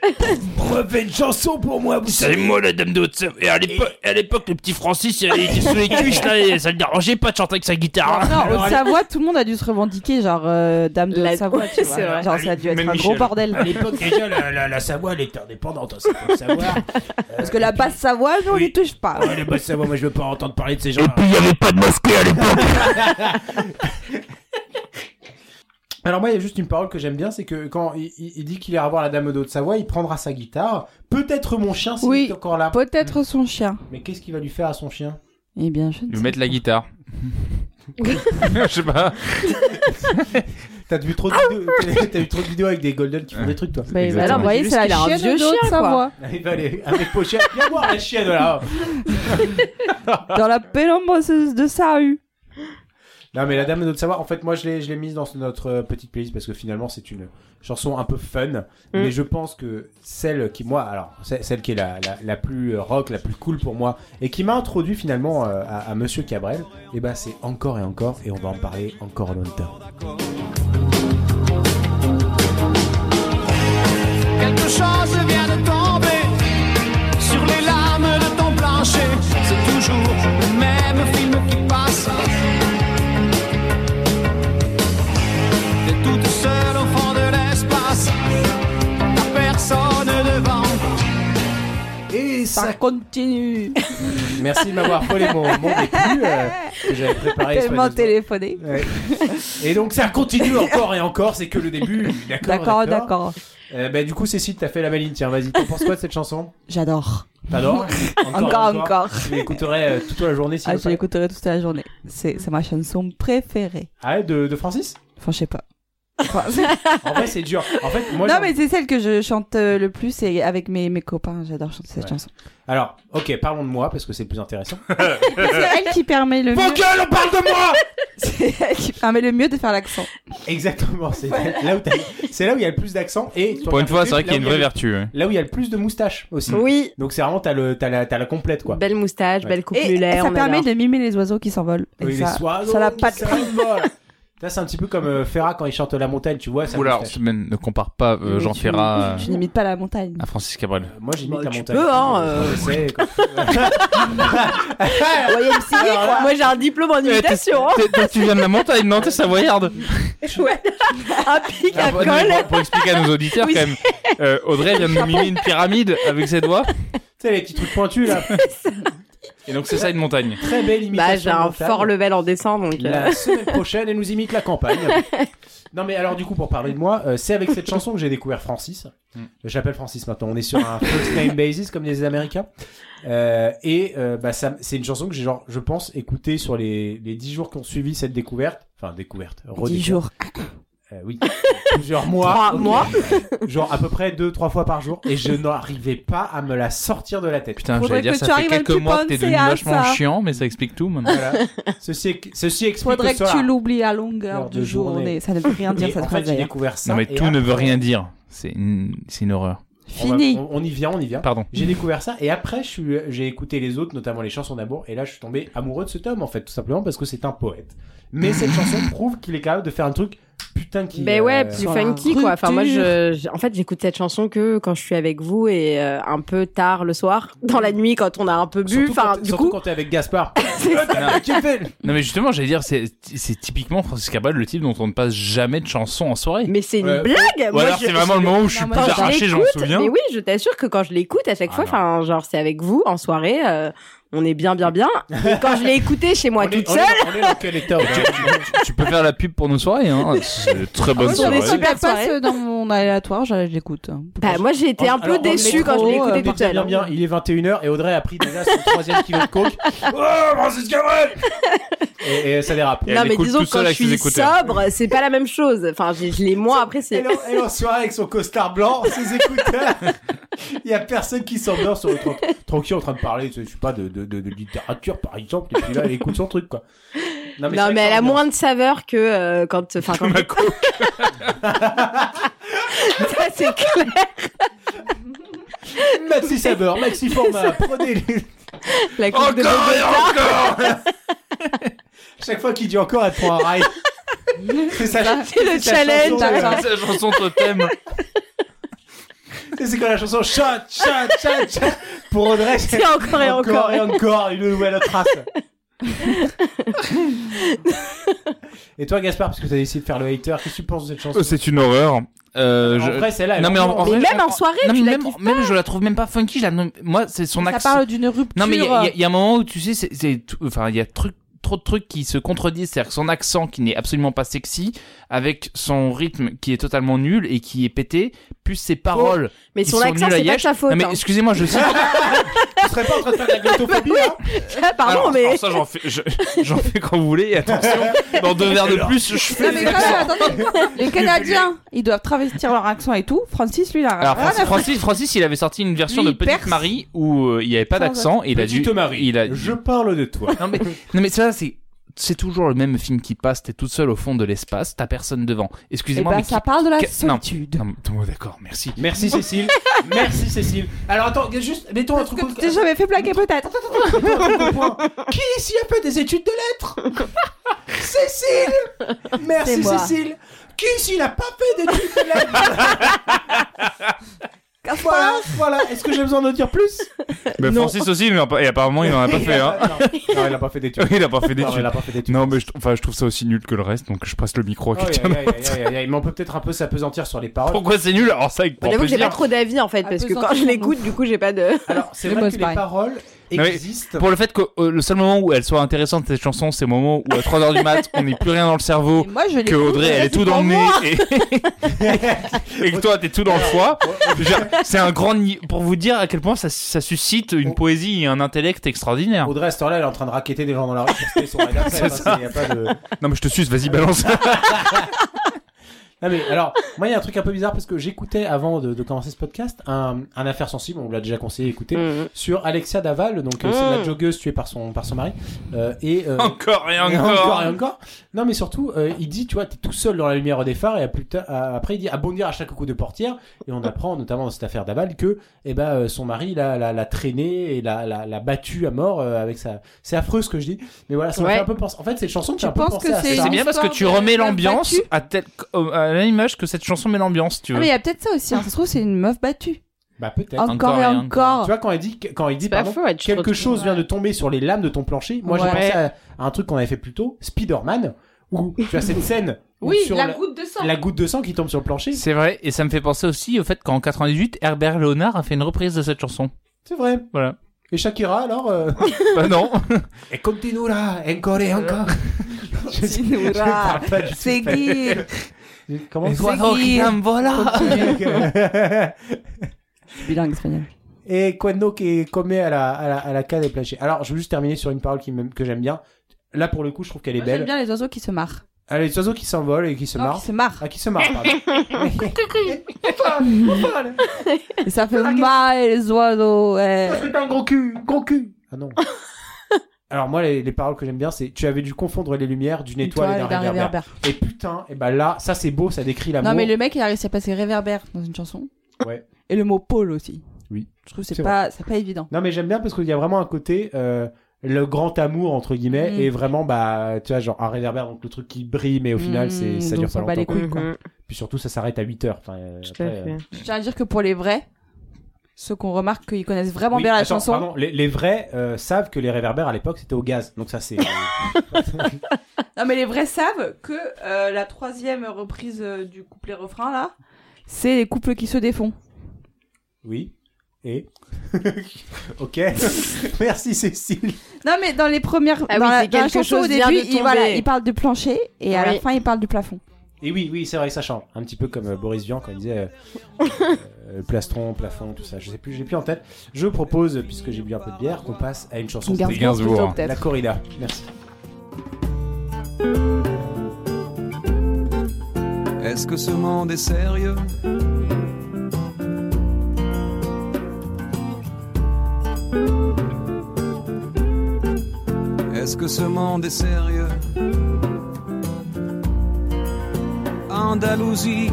Refais une chanson pour moi, vous C'est moi la dame de haute Et à l'époque, à l'époque, le petit Francis, il était sous les cuisses là, et ça le dérangeait pas de chanter avec sa guitare. hein. Non, au Savoie, tout le monde a dû se revendiquer, genre, euh, dame de La- Savoie, Ouais, tu vois. c'est vrai. Genre, ça a dû être Même un Michel. gros bordel. À l'époque, déjà, la, la, la Savoie, elle était indépendante, hein, c'est pour le savoir. Parce que la basse Savoie, nous, on Oui. les touche pas. Ouais, les basses Savoie, moi, je veux pas entendre parler de ces gens Et puis il y avait pas de mosquée à l'époque. Alors moi, il y a juste une parole que j'aime bien, c'est que quand il, il- il dit qu'il ira voir la Dame de Haute-Savoie, il prendra sa guitare, peut-être mon chien s'il Oui. est encore là. Peut-être son chien. Mais qu'est-ce qu'il va lui faire à son chien Eh bien, je ne Il veut sais mettre la pas. guitare. je sais pas. T'as vu trop de vidéos, t'as vu trop de vidéos avec des golden qui font des trucs, toi. Bah, Exactement. alors, vous voyez, C'est c'est juste la qu'il a un chienne vieux de Haute chien, Savoie. Il va aller avec Pochette, viens voir la chienne là. Dans la pélombreuse de sa rue. Non mais la Dame de Haute-Savoie, en fait, moi, je l'ai, je l'ai mise dans notre euh, petite playlist parce que finalement, c'est une chanson un peu fun. Mm. Mais je pense que celle qui, moi, alors, c'est- celle qui est la, la, la plus euh, rock, la plus cool pour moi, et qui m'a introduit finalement euh, à, à Monsieur Cabrel, et ben c'est encore et encore, et on va en parler encore longtemps. Ça continue. Merci de m'avoir volé mon, mon début euh, que j'avais préparé. Tellement soigneusement. téléphoné. Ouais. Et donc ça continue encore et encore, c'est que le début. D'accord, D'accord, d'accord. Euh, bah, du coup, Cécile, t'as fait la maline. Tiens, vas-y, t'en penses quoi de cette chanson J'adore. T'adores Encore, encore. Tu l'écouterais euh, toute la journée si Ah, je l'écouterai toute la journée. C'est c'est ma chanson préférée. Ah, ouais, de, de Francis Enfin, je sais pas. En vrai, c'est dur. En fait, moi, non, j'ai- mais c'est celle que je chante euh, le plus et avec mes, mes copains. J'adore chanter cette Ouais. chanson. Alors, ok, parlons de moi parce que c'est le plus intéressant. C'est elle qui permet le Mon mieux. gueule, on parle de moi C'est elle qui permet le mieux de faire l'accent. Exactement, c'est là où t'as- c'est là où il y a le plus d'accent et Pour une fois, c'est vrai qu'il y a une vraie là où vertu. hein. il y a- Là où il y a le plus de moustaches aussi. Oui, Donc c'est vraiment t'as le t'as la t'as la complète Ben, quoi. belle moustache, belle coupe Et mulaire. ça on permet adore. de mimer les oiseaux qui s'envolent. Et Oui, ça, les soirs, ça n'a oh, pas de ça prix. vole. Là, c'est un petit peu comme euh, Ferrat quand il chante La Montagne, tu vois. sa Oula, moustache. semaine, ne compare pas euh, Mais Jean tu- Ferrat Tu, euh, n'imites pas la montagne. à Francis Cabrel. Euh, Moi, j'ai mis Bah, La tu Montagne. peux, hein, euh. Je sais, quoi. Moi j'ai un diplôme en Eh, t'es- imitation. hein. t'es- t'es- tu viens de la montagne, non T'es savoyarde. Ouais. un pic à Alors, colle. pour, pour expliquer à nos auditeurs, Oui, quand même, euh, Audrey vient de nous mimer une pyramide avec ses doigts. Tu sais, les petits trucs pointus, là. Et donc, c'est ça une montagne. Très belle imitation. Bah j'ai un mentale. fort level en dessin donc. euh, La semaine prochaine, elle nous imite la campagne. Non, mais alors, du coup, pour parler de moi, euh, c'est avec cette chanson que j'ai découvert Francis. Mm. Je l'appelle Francis maintenant. On est sur un first name basis, comme disent les Américains. Euh, et euh, bah, ça- c'est une chanson que j'ai, genre, je pense, écoutée sur les, les 10 jours qui ont suivi cette découverte. Enfin, découverte. Dix redécouverte. jours. Euh, oui. Plusieurs mois. Trois mois. Genre, à peu près 2-3 fois par jour. Et je n'arrivais pas à me la sortir de la tête. Putain, j'allais Faudrait dire, que ça tu fait arrives à le quelques mois que t'es devenu penser à vachement ça. chiant, mais ça explique tout maintenant. Voilà. Ceci, ceci explique Faudrait que cela. tu l'oublies à longueur Lors de de journée. journée. Ça ne veut rien dire, Et cette en phrase fait, j'ai d'ailleurs. découvert ça. Non, mais et tout ne veut après- rien dire. C'est une, c'est une horreur. On va- Fini. On, on y vient, on y vient. Pardon. J'ai découvert ça et après je suis- j'ai écouté les autres, notamment les chansons d'amour, et là je suis tombé amoureux de cet homme en fait, tout simplement parce que c'est un poète. Mais cette chanson prouve qu'il est capable de faire un truc putain qui. Ben ouais, euh, plus Sur la funky quoi. Enfin moi, rupture. je, je- en fait, j'écoute cette chanson que quand je suis avec vous et euh, un peu tard le soir, dans la nuit quand on a un peu bu. surtout Enfin quand- du surtout coup, quand t'es avec Gaspard. Non, mais justement, j'allais dire, c'est c'est typiquement Francis Cabrel, le type dont on ne passe jamais de chanson en soirée. mais c'est une Ouais. blague. Ou Moi, alors, je- c'est vraiment le moment où je suis Non, plus moi, je arraché, j'en me souviens. Mais oui, je t'assure que quand je l'écoute à chaque Ah fois, non. enfin genre c'est avec vous en soirée, euh, on est bien bien bien. Et quand je l'ai écouté chez moi On est- toute on seule, est- On est dans quel état aujourd'hui Tu peux faire la pub pour nos soirées, hein. C'est une très bonne Moi, j'en soirée. ai Super super passe soirée. euh, dans mon aléatoire, je je l'écoute. bah moi j'ai été un peu Alors, dans le déçue quand je métro, l'ai écouté euh, toute seule. Bien, bien, il est 21h et Audrey a pris déjà son troisième kilo de coke. Oh, Francis Cabrel et, et ça dérape. Et non elle mais écoute disons toute que quand seule je avec ses suis écouteurs. sobre, c'est pas la même chose. Enfin, je, je l'ai moins apprécié. Elle est en- elle est en soirée avec son costard blanc, ses écouteurs. Il y a personne qui s'endort sur le tronc. Tranquille en train de parler, je sais pas, de, de, de, de littérature par exemple, et puis là elle écoute son truc quoi. c'est vrai Non mais que elle ça a ambiance. moins de saveur que euh, quand enfin quand Ma coke. ça c'est clair. Maxi saveur, maxi format, prenez les... La coupe de Encore et encore Chaque fois qu'il dit encore, elle prend un rail. C'est euh, ça, C'est le challenge. challenge. C'est la chanson totem. C'est quand la chanson shot, shot, shot, shot. Pour Audrey, C'est encore et encore. et encore une nouvelle trace. et toi, Gaspard, parce que t'as décidé de faire le hater, qu'est-ce que tu penses de cette chanson Oh, C'est une horreur. Euh, En je- vrai, celle-là. elle Non, mais en, en Mais vrai, même je- en soirée, non, tu mais la même, kiffes même je la trouve même pas funky. je la nomme- Moi, c'est son Ça accent. parle d'une rupture. Non, mais il y, a- il y a- il y a un moment où tu sais, c'est- c'est tout- enfin, il y a truc- trop de trucs qui se contredisent. C'est-à-dire que son accent qui n'est absolument pas sexy, avec son rythme qui est totalement nul et qui est pété, plus ses paroles. Mais qui son sont accent nuls à c'est pas de Liège. sa faute. Non, mais hein. excusez-moi, je sais. Tu serais pas en train de faire de la hein glottophobie, là Ah, Pardon Alors, mais alors ça, j'en fais, je- j'en fais quand vous voulez. Et attention, dans deux verres de plus, je fais. Non, mais quand même, attendez. Les Canadiens, ils doivent travestir leur accent et tout. Francis, lui, il a Alors rien à Francis, Francis, Francis, il avait sorti une version Lui, de il Petite perce. Marie où euh, il n'y avait pas Sans d'accent et il a dû. Petite Marie, Il a. je parle de toi. Non mais non mais ça c'est c'est toujours le même film qui passe. T'es toute seule au fond de l'espace. T'as personne devant. Et Excusez-moi. ben, mais ça parle de la que- non. solitude. qui- Non, non, d'accord, merci. Merci, Cécile. Merci, Cécile. Alors, attends, juste, mettons un truc... Que tu t'es jamais fait plaquer, peut-être. Qui ici a fait des études de lettres Cécile Merci, C'est moi. Cécile. Qui ici n'a pas fait d'études de lettres Voilà, voilà. Est-ce que j'ai besoin de dire plus Mais Non. Francis aussi, il en a pas- et apparemment, il en a pas fait. Hein. Non, il a pas fait d'études. il a pas fait Non, il d'études. a pas fait d'études. Non, mais je, trou- enfin, je trouve ça aussi nul que le reste, donc je passe le micro à Aïe, quelqu'un. aïe, aïe, aïe, aïe, aïe. Mais on peut peut-être un peu s'apesantir sur les paroles. Pourquoi c'est nul Alors ça, avec J'avoue que j'ai pas plaisir. trop d'avis en fait, Un parce peu que quand je sentiment, l'écoute, du coup, j'ai pas de. Alors, c'est Mais vrai moi, que c'est les pareil. paroles Non, mais existent. Pour le fait que euh, le seul moment où elle soit intéressante, cette chanson, c'est le moment où à 3h du mat, on n'est plus rien dans le cerveau, Et moi, je Oh, que l'écoute, Audrey, elle est tout dans le nez, et, et que toi, t'es tout dans le foie. Je veux dire, C'est un grand. ni- Pour vous dire à quel point ça, ça suscite une poésie et un intellect extraordinaire. Audrey, à cette heure-là, elle est en train de raqueter des gens dans la rue pour citer son Red Hat Fest, hein, c'est- y a pas de... Non, mais je te suce, vas-y, balance. Non, mais alors, moi, il y a un truc un peu bizarre parce que j'écoutais avant de, de commencer ce podcast un, un affaire sensible, on l'a déjà conseillé d'écouter, Mm. Mhm. sur Alexia Daval, donc euh, c'est Mm. la joggeuse tuée par son, par son mari. euh, et, euh, encore et et encore. encore et encore. Non, mais surtout, euh, il dit, tu vois, t'es tout seul dans la lumière au départ, et à plus tard- à- après, il dit à bondir à chaque coup de portière. Et on apprend, notamment dans cette affaire d'Aval, que eh ben, euh, son mari l'a, l'a, l'a traîné et l'a, l'a, l'a battu à mort euh, avec sa. C'est affreux ce que je dis, mais voilà, ça m'a Ouais. fait un peu penser. En fait, cette chanson qui Tu a un peu penses pensé que à c'est ça. C'est bien parce que L'histoire tu de- remets de la l'ambiance battue. à, telle- à la même image que cette chanson met l'ambiance, tu Ah, veux. mais il y a peut-être ça aussi. hein. Ça se trouve, c'est une meuf battue. Bah, peut-être. Encore, Encore et et encore. Tu vois, quand il dit, quand il dit C'est pas pardon, faux, ouais, tu te quelque retrouves- chose vient de tomber sur les lames de ton plancher, moi Ouais. j'ai pensé à, à un truc qu'on avait fait plus tôt, Spider-Man, où tu as cette scène où sur la, goutte de sang. la goutte de sang qui tombe sur le plancher. C'est vrai, et ça me fait penser aussi au fait qu'en 98, Herbert Léonard a fait une reprise de cette chanson. C'est vrai. Voilà. Et Shakira, alors euh, bah non Et continue là, encore et encore. Je sais- je Sinura. parle pas du tout. C'est Guy. Comment Quoi qui voilà Bilingue espagnol. Et cuando que come à la, à la, à la cade et plancher. Alors, je veux juste terminer sur une parole qui me- que j'aime bien. Là, pour le coup, je trouve qu'elle est Moi, J'aime belle. bien les oiseaux qui se marrent. Ah, les oiseaux qui s'envolent et qui se Non, marrent. qui se marrent. Ah, qui se marrent, pardon. Et ça fait mal, les oiseaux. ouais. C'est un gros cul, gros cul. Ah non. Alors moi, les, les paroles que j'aime bien, c'est tu avais dû confondre les lumières d'une étoile, et d'un réverbère. réverbère. Et putain, et bah là, ça c'est beau, ça décrit l'amour. Non, mais le mec, il a réussi à passer réverbère dans une chanson. Ouais. Et le mot pôle aussi. Oui. Je trouve que C'est c'est pas, c'est pas évident. Non, mais j'aime bien parce qu'il y a vraiment un côté euh, le grand amour entre guillemets Mm. et vraiment bah tu vois genre un réverbère donc le truc qui brille mais au final Mm, c'est ça donc dure ça pas bat les longtemps. quoi. couilles, quoi. Mhm. Puis surtout ça s'arrête à 8 heures. Enfin, euh, Tout à après, fait. euh, Je tiens à dire que pour les vrais, ceux qu'on remarque qu'ils connaissent vraiment oui, bien la attends, chanson. pardon, les, les vrais euh, savent que les réverbères à l'époque c'était au gaz donc ça c'est. euh, Non, mais les vrais savent que euh, la troisième reprise euh, du couplet-refrain, là, c'est les couples qui se défont. Oui. Et Ok. Merci Cécile. Non, mais dans les premières. Ah dans oui, la, c'est dans la quelque chanson, au chose vient début, de il, voilà, tomber. il parle du plancher et à la Oui. fin, il parle du plafond. Et oui, oui, c'est vrai, ça chante. Un petit peu comme euh, Boris Vian quand il disait euh, euh, plastron, plafond, tout ça. Je sais plus, j'ai plus en tête. Je propose, puisque j'ai bu un peu de bière, qu'on passe à une chanson. Garde C'était Gainsbourg. plutôt, La peut-être. corrida. Merci. Est-ce que ce monde est sérieux Est-ce que ce monde est sérieux Andalousie,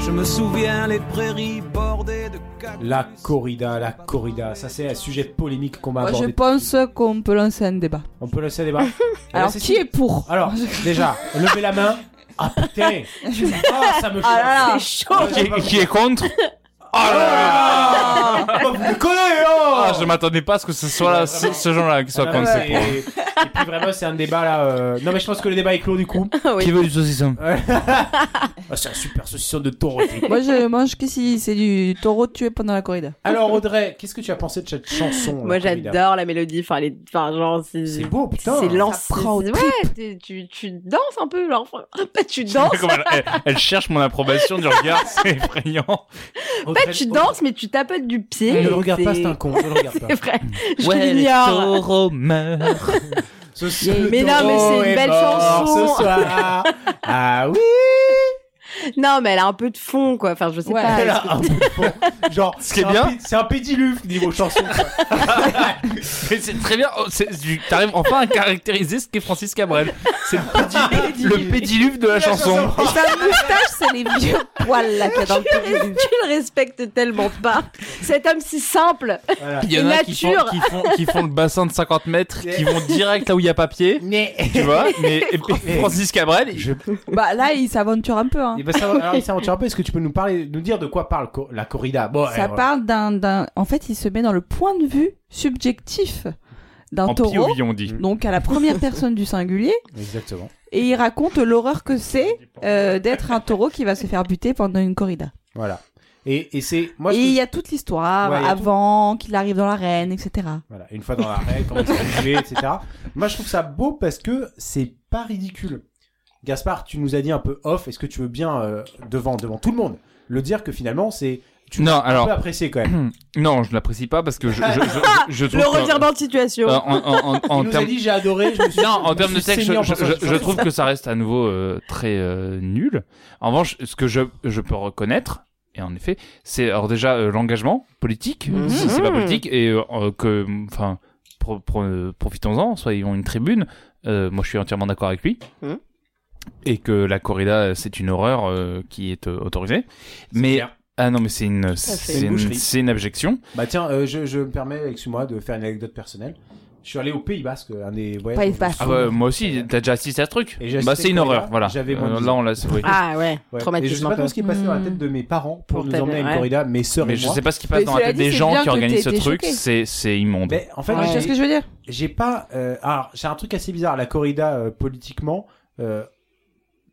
je me souviens les prairies bordées de cactus. La corrida, la corrida. Ça, c'est un sujet polémique qu'on va Moi, je aborder. pense qu'on peut lancer un débat. On peut lancer le débat Alors, Cécile qui est pour Alors, déjà, levez la main. Ah putain Ah, ça me chauffe. Ah là là. Ah, qui, j'ai pas- est- qui est contre Oh là là Ah, vous me déconnez, oh Ah, Je m'attendais pas à ce que ce soit là, ce, ce genre-là qui soit Ah, contre. ouais, c'est pour- et, et puis vraiment, c'est un débat là. euh, Non, mais je pense que le débat est clos du coup. Oui. Qui veut du saucisson Ah, c'est un super saucisson de taureau. Moi, je mange que si c'est du taureau tué pendant la corrida. Alors, Audrey, qu'est-ce que tu as pensé de cette chanson la Moi, corrida j'adore la mélodie. Enfin, les... enfin genre, c'est. C'est beau, putain. C'est lancé. Ça prend aux Ouais, t'es- tu, tu danses un peu, genre. Pas tu danses. Comme elle, elle- elle cherche mon approbation du regard, c'est effrayant. Pas tu danses, mais tu tapotes du pied. Ne et le regarde pas, c'est un con. Ne le regarde pas. C'est vrai. Je les l'ignore. taureaux meurent. Ce soir, le Mais non, mais c'est taureau une est belle mort chanson. Ce soir. Ah oui. Non, mais elle a un peu de fond, quoi. Enfin, je sais Ouais. pas. Elle a un bon fond. Genre, Ce qui est c'est un bien. pé- c'est un pédiluve niveau chanson. quoi. Mais c'est très bien, oh, c'est- tu- t'arrives enfin à caractériser ce qu'est Francis Cabrel. C'est Ah, le, pédi- le pédiluve de la chanson. Et sa moustache, c'est les vieux poils là qu'il y a dans le tu corrida. le respectes tellement pas. Cet homme si simple. Voilà. Il y en a qui font, Nature. qui, font, qui font le bassin de 50 mètres, qui vont direct là où il y a papier, Mais tu vois. Mais et- et Francis Cabrel, il- Bah là, il s'aventure un peu. Hein. Et ben ça, alors, Issa Antirapo, est-ce que tu peux nous parler, nous dire de quoi parle co- la corrida Bon, eh, Ça voilà. parle d'un, d'un. En fait, il se met dans le point de vue subjectif d'un En taureau, piovi, on dit. donc à la première personne du singulier, Exactement. et il raconte l'horreur que c'est euh, d'être un taureau qui va se faire buter pendant une corrida. Voilà. Et, et c'est moi. ce et que il je- y a toute l'histoire Ouais, il y a avant qu'il arrive dans l'arène, etc. Voilà, une fois dans l'arrêt, comment se tuer, etc. Moi, je trouve ça beau parce que c'est pas ridicule. Gaspard, tu nous as dit un peu off. Est-ce que tu veux bien euh, devant devant tout le monde le dire que finalement c'est tu Non, tu alors- peux apprécier quand même. Non, je l'apprécie pas parce que je, je, je, je trouve. Le que- revirement de situation. euh, en, en, en, en Il nous a termes- dit j'ai adoré. Je me suis, Non, en je termes me de suis texte, je, saigné en je- pensant à je- ce je truc. trouve que ça reste à nouveau euh, très euh, nul. En revanche, ce que je, je peux reconnaître, et en effet, c'est alors déjà euh, l'engagement politique, Mhm. si c'est pas politique, et euh, que, enfin, pro- pro- euh, profitons-en, soyons une tribune. Euh, moi, je suis entièrement d'accord avec lui. Mhm. Et que la corrida, c'est une horreur euh, qui est euh, autorisée. Mais clair. ah non, mais c'est une, fait. c'est C'est une une, boucherie. c'est une abjection. Bah tiens, euh, je, je me permets, excuse-moi, de faire une anecdote personnelle. Je suis allé au Pays Basque, un des voyages. Pays dont je Basque. me Ah souviens. bah, moi aussi, t'as déjà assisté à ce truc. Et j'ai Bah assisté c'est une au corrida, horreur, voilà. j'avais moins de Euh, dix là, on l'a. oui. Ah ouais, Ouais. Et je sais traumatisme pas un trop peu. ce qui est passé dans la tête de mes parents pour Pour nous ta emmener à une mère, ouais. corrida, mes sœurs Mais et je moi. sais pas ce qui passe Mais dans la cela tête dit, des c'est gens bien qui que organisent ce t'aies été truc, choqué. c'est c'est immonde. Mais en fait, Ouais, j'ai- Tu vois ce que je veux dire j'ai pas. euh, alors, j'ai un truc assez bizarre, la corrida euh, politiquement, euh,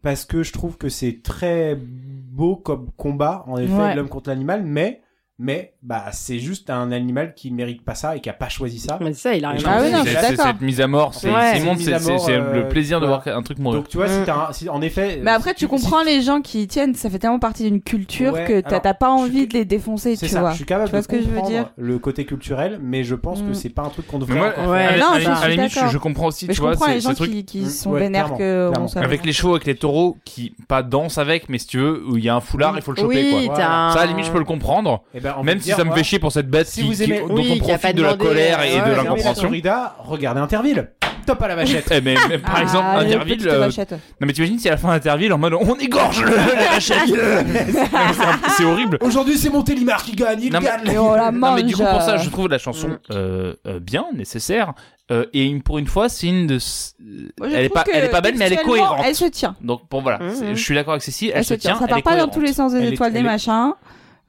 parce que je trouve que c'est très beau comme combat, en effet, Ouais. l'homme contre l'animal, mais, mais bah, c'est juste un animal qui mérite pas ça et qui a pas choisi ça. Mais ça, il Et a rien je à Ah oui, voir. non, je C'est- suis c'est- d'accord. Cette mise à mort, c'est Ouais. c'est immonde, Cette mise c'est à c'est- mort, c'est le euh, plaisir de voilà. voir un truc mourir. Donc, tu vois, si Mm. t'as un- si- en effet. Mais Bah, après, si tu comprends les gens qui y tiennent, ça fait tellement partie d'une culture Ouais, que t'as alors, t'as pas je suis- envie de les défoncer, C'est tu ça, vois. je suis capable Tu vois de ce que je veux comprendre dire le côté culturel, mais je pense que Mm. c'est pas un truc qu'on Mais devrait. moi, encore Ouais, à, la- non, à la- je suis à la limite, je, d'accord. je comprends aussi, Mais tu je vois, comprends c'est les ce gens truc qui, qui Mm. sont Ouais, vénères que clairement, on soit- avec les chevaux, avec les taureaux qui pas dansent avec, mais si tu veux, où il y a un foulard, il faut le choper oui, quoi. t'as un- Ça, à la limite, je peux le comprendre, Eh ben, on même peut si dire, ça me moi, fait chier pour cette bête si qui- vous qui- aimez- dont oui, on qui a pas profite de la demandé, colère et ouais, de c'est Fermez la l'incompréhension. corrida, regardez Interville. Top à la vachette. Eh, mais- mais Ah, Par exemple, les Interville, petites euh, vachettes. non mais t'imagines si à la fin d'Interville, en mode on égorge le- les vachettes. C'est- C'est horrible. Aujourd'hui, c'est Montélimar qui gagne. Il Non, mais- gagne. Et on la Non mais du coup mange. pour ça je trouve la chanson Mm. euh, euh, bien nécessaire euh, et une- pour une fois c'est une de s- Moi, je elle est trouve pas que elle est pas belle mais elle est textuellement, cohérente Elle se tient. donc bon voilà Mm, c'est- mm. je suis d'accord avec Cécile elle, Elle se tient. Ça part pas dans tous les sens Elle des est- étoiles des elle est- machins.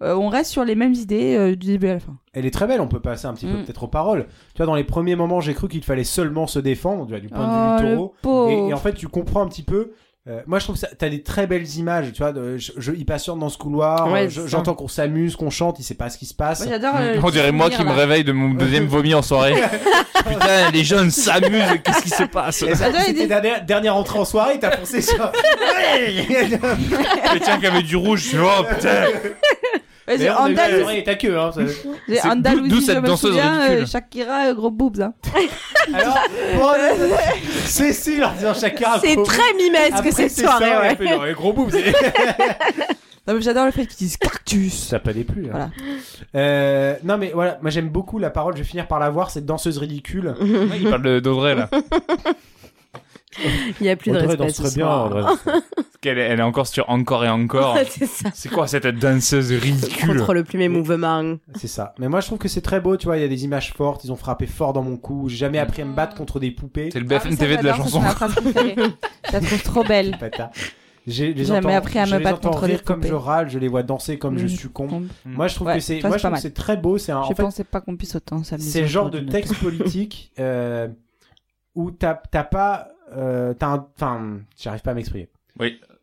Euh, On reste sur les mêmes idées euh, du début à la fin. Elle est très belle, on peut passer un petit peu Mm. peut-être aux paroles. Tu vois, dans les premiers moments, j'ai cru qu'il fallait seulement se défendre, tu vois, du point de vue du Oh, le taureau. Et, et en pauvre. fait, tu comprends un petit peu. euh, moi, je trouve que t'as des très belles images, tu vois. De, je, je, il patiente dans ce couloir, Ouais, euh, je- c'est ça. j'entends qu'on s'amuse, qu'on chante, il sait pas ce qui se passe. Moi, j'adore. euh, on dirait moi souvenir, qui me là. réveille de mon deuxième vomi en soirée putain les jeunes s'amusent qu'est-ce qui se passe Et ça, J'adore c'était l'idée. dernière, dernière entrée en soirée, t'as foncé ça. le tien qui avait du rouge je suis, oh putain Ouais, J'ai D'ailleurs, on a vu la Andalou- soirée et ta queue, hein. ça- j'ai C'est d'où- Andalousie. d'où cette je me danseuse souviens, ridicule. euh, Shakira, euh, gros boobs. hein. Alors, bon, euh, Cécile en disant chacun. C'est très mimesque cette soirée, ouais. eh, gros boobs. Non, mais J'adore le fait qu'ils disent cactus. Ça palait plus. hein. Voilà. Euh, non mais voilà, moi j'aime beaucoup la parole. Je vais finir par la voir. Cette danseuse ridicule. il parle de- d'Audrey là Il y a plus de Audrey respect. danserait ce bien. soir. Audrey. elle, est- elle est encore sur encore et encore C'est ça. c'est quoi cette danseuse ridicule Contrôle plus mes mouvements. C'est ça. Mais moi je trouve que c'est très beau. Tu vois, il y a des images fortes. Ils ont frappé fort dans mon cou. J'ai jamais appris à me battre contre des poupées. c'est le Ah oui, BFM ça, TV de la j'adore, ça, chanson c'est ma phrase préférée. Je la trouve trop belle. Patard. hein. J'ai les J'ai jamais entends- appris à je me les battre entends contre rire des comme poupées. je râle. Je les vois danser comme je Mm. succombe. Bon, Moi je trouve Ouais, que c'est. ça, Moi c'est je pas trouve que mal. c'est très beau. C'est un. en Je fait, pensais pas qu'on puisse autant s'amuser. c'est le genre autour de d'une texte politique euh, où t'as t'as pas euh, t'as un- enfin j'arrive pas à m'exprimer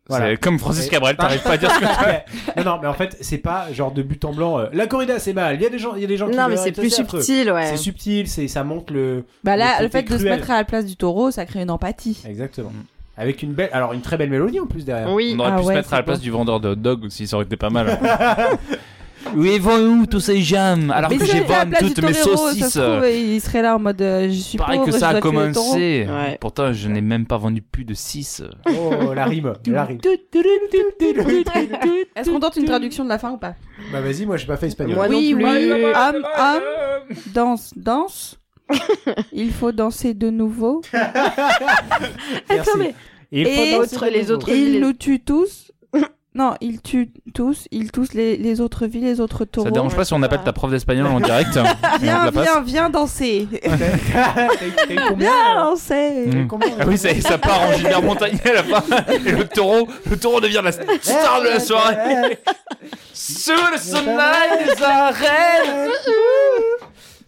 Voilà. c'est comme Francis Et- Cabrel t'arrives pas à dire ce que non non mais en fait c'est pas genre de but en blanc euh, la corrida c'est mal il y a des gens il y a des gens qui Non, mais veulent- c'est ça, plus affreux. subtil, ouais. c'est subtil c'est ça montre le Bah là, Le côté le, fait de se cruel. mettre à la place du taureau, ça crée une empathie. exactement Mm. avec une belle alors une très belle mélodie en plus derrière Oui. On aurait Ah pu ouais, se mettre c'est à la place beau. du vendeur de hot dog aussi, ça aurait été pas mal. Oui, vont où tous ces jams Alors Mais que si j'ai j'étais à la vendu place toutes du mes taureau, ça se saucisses. euh, trouve, il serait là en mode euh, je suis Pareil pauvre, que je ça a dois tuer le taureau. commencé. Ouais. Pourtant, je n'ai même pas vendu plus de euh. 6. oh la rime la rime Est-ce qu'on tente une traduction de la fin ou pas bah vas-y moi j'ai pas fait espagnol Moi non Oui, plus. oui. Homme, homme. Danse, danse. Il faut danser de nouveau. Merci. Attends, mais- Et il faut Et danser autres- de les nouveau. autres- Il nous tue tous. Non, ils tuent tous, ils tous les, les autres vies, les autres taureaux. Ça te dérange pas si on appelle ta prof d'espagnol en direct et on te Viens, la passe viens, viens danser. T'as t'as eu combien Viens là danser. Mm. Combien Ah oui, ça, ça part en Gilbert Montagné à la fin. Et le taureau, le taureau devient la star de la Eh, soirée. Sous le soleil des arènes.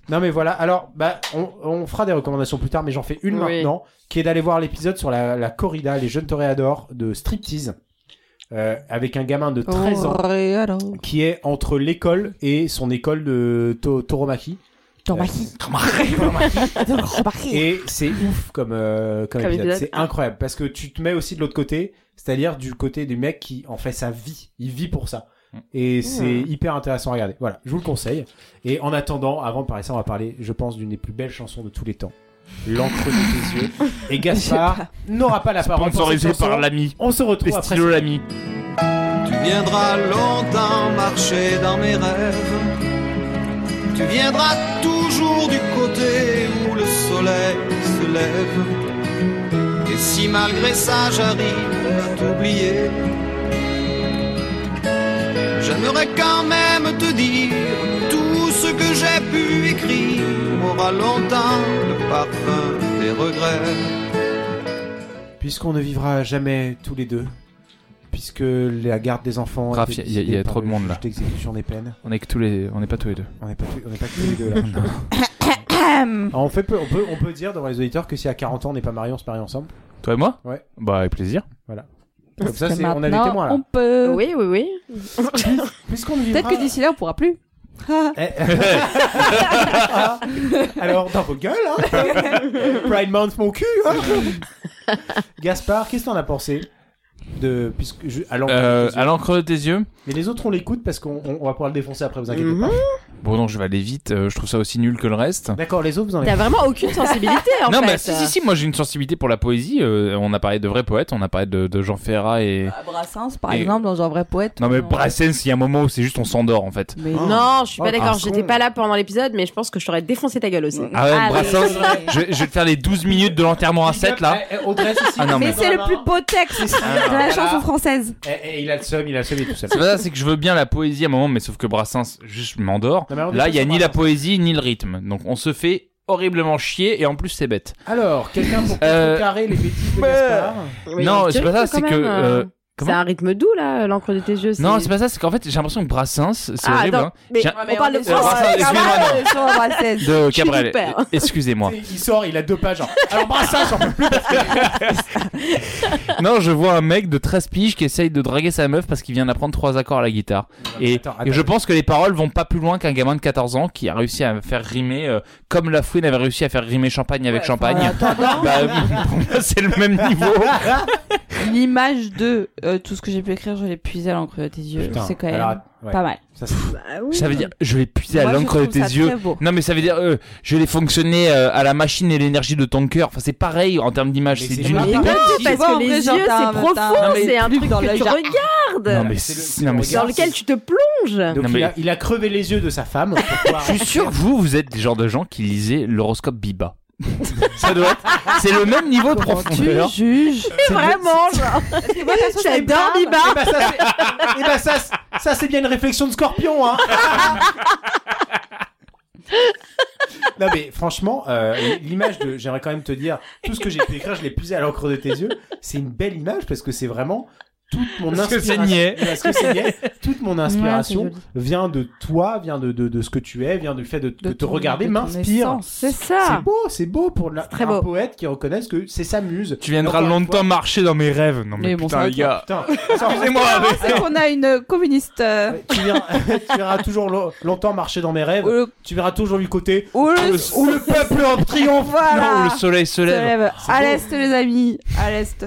Non mais voilà, alors bah, on, on fera des recommandations plus tard, mais j'en fais une Oui. maintenant, qui est d'aller voir l'épisode sur la, la corrida, les jeunes toréadors de striptease, euh, avec un gamin de 13 ans Oh, alors. qui est entre l'école et son école de to- tauromachie. Euh, T'en maquilles. Et c'est ouf comme, euh, comme, Comme épisode. épisode. C'est incroyable parce que tu te mets aussi de l'autre côté, c'est-à-dire du côté du mec qui en fait sa vie. Il vit pour ça. Et c'est hyper intéressant à regarder. Voilà, je vous le conseille. Et en attendant, avant de parler ça, on va parler, je pense, d'une des plus belles chansons de tous les temps. L'encre de tes yeux. Et Gaspard n'aura pas la parole. pour cette Sponsorisé chanson. par l'ami. On se retrouve Les après. stylos l'ami. Tu viendras longtemps marcher dans mes rêves. Tu viendras toujours du côté où le soleil se lève. Et si malgré ça j'arrive à t'oublier, j'aimerais quand même te dire tout ce que j'ai pu écrire aura longtemps le parfum des regrets. Puisqu'on ne vivra jamais tous les deux. Puisque la garde des enfants. Raph, était y a- y a- y a décidée par trop de le monde, juge là. d'exécution des peines. On est que tous les, on n'est pas tous les deux. On n'est pas, on n'est pas que tous les deux là. Ah, on, fait peu- on, peut, on peut dire devant les auditeurs que si à 40 ans on n'est pas marié, on se marie ensemble. Toi et moi Ouais. Bah avec plaisir. Comme ça, Que c'est- on a des maintenant, témoins là. On peut. Oui, oui, oui. Puisqu'on ne Peut-être vivra... que d'ici là, on pourra plus. Ah. Eh, Alors, dans vos gueules, hein Pride Month, mon cul hein Gaspard, qu'est-ce que t'en as pensé de... Puisque je... Alors, Euh, à l'encre de tes yeux. Mais les autres, on l'écoute parce qu'on on- on va pouvoir le défoncer après, vous inquiétez Mhm. pas. Bon donc je vais aller vite. euh, je trouve ça aussi nul que le reste. D'accord, les autres, vous en avez... T'as vraiment aucune sensibilité en non fait. euh, mais si si si, moi j'ai une sensibilité pour la poésie. euh, on a parlé de vrais poètes, on a parlé de, de Jean Ferrat et. Brassens, par Et- exemple, dans un vrai poète. Non mais on- Brassens, il y a un moment où c'est juste on s'endort en fait. Mais Non, je suis pas Oh, d'accord. par J'étais contre. pas là pendant l'épisode, mais je pense que je t'aurais défoncé ta gueule aussi. Ah ouais, Ah, Brassens, oui. je, je vais te faire les 12 minutes de l'enterrement à 7 là. Eh, eh, Audrey, ceci, Ah non, Mais mais- c'est le plus beau texte de la Voilà. chanson française. Eh, eh, il a le seum, il a le seum, il est tout seul. C'est pas ça, c'est que je veux bien la poésie à un moment, mais sauf que Brassens, juste je m'endors. Non, mais alors, Là, il y a sur ni la Brassens. poésie ni le rythme. Donc on se fait horriblement chier et en plus c'est bête. Alors, quelqu'un pour Euh, contrecarrer les bêtises de mais- Gaspard Oui, Non, tu c'est pas ça, risques c'est quand que, même, euh, euh, C'est comment un rythme doux là, l'encre de tes yeux. Non, c'est pas ça, c'est qu'en fait j'ai l'impression que Brassens, c'est Ah, horrible. non, hein. mais J'ai- on parle de Euh, Brassens, Brassens. excusez-moi, non. Sur Brassens. De suis Cabrel. E, de père. Excusez-moi. Il sort, il a deux pages. genre, Alors Brassens, j'en peux plus. Non, je vois un mec de 13 piges qui essaye de draguer sa meuf parce qu'il vient d'apprendre trois accords à la guitare. Et, Attends, attends. et je pense que les paroles vont pas plus loin qu'un gamin de 14 ans qui a réussi à faire rimer, euh, comme la fouine avait réussi à faire rimer champagne avec Ouais, champagne. enfin, attends, Bah, pour moi, c'est le même niveau. L'image de euh, tout ce que j'ai pu écrire, je l'ai puisé à l'encre de tes yeux. Putain, C'est quand alors, même ouais. pas mal. Ça, c'est- Ça veut dire, je vais puiser à Moi, je l'encre de trouve tes ça yeux. très beau. Non, mais ça veut dire, euh, je vais fonctionner euh, à la machine et l'énergie de ton cœur. Enfin, c'est pareil en termes d'image. Mais C'est c'est d'une pas Mais Ah, non, bah, si, parce tu vois, en que les vrai, yeux, genre, c'est t'as un- t'as un- profond, c'est un plus truc dans le que tu jardin. Non, regardes, mais C'est le- c'est- non, mais c'est dans le lequel tu te plonges. Donc Non, mais- il, a, il a crevé les yeux de sa femme. pour pouvoir- Je suis sûr que vous, vous êtes des genres de gens qui lisaient l'horoscope Biba. ça doit être. C'est le même niveau de Tu profondeur. juges. Vraiment, genre. J'adore Biba. Eh ben, ça, c'est- eh ben, ça, c'est- ça, c'est bien une réflexion de scorpion. Hein. non mais franchement, euh, l'image de, j'aimerais quand même te dire, tout ce que j'ai pu écrire, je l'ai puisé à l'encre de tes yeux. C'est une belle image parce que c'est vraiment toute mon Parce que c'est inspiration. niais. Parce que c'est niais. Toute mon inspiration Ouais, c'est vient de toi, vient de, de, de ce que tu es, vient du fait de, de te ton- regarder, de ton m'inspire. essence. Ah. C'est ça. C'est beau, c'est beau pour la- très un beau. poète qui reconnaisse que c'est sa muse. Tu viendras Et encore une longtemps marcher dans mes rêves. Non, mais, Mais bon, putain, ça les gars. fois- Putain, Excusez-moi, mais- C'est qu'on a une communiste euh, tu, verras, tu verras toujours lo- longtemps marcher dans mes rêves. où le- Tu verras toujours du côté où où le le, où le peuple en triomphe. Voilà. Non, le soleil se se lève. lève. C'est bah, À beau. l'est, les amis. À l'est.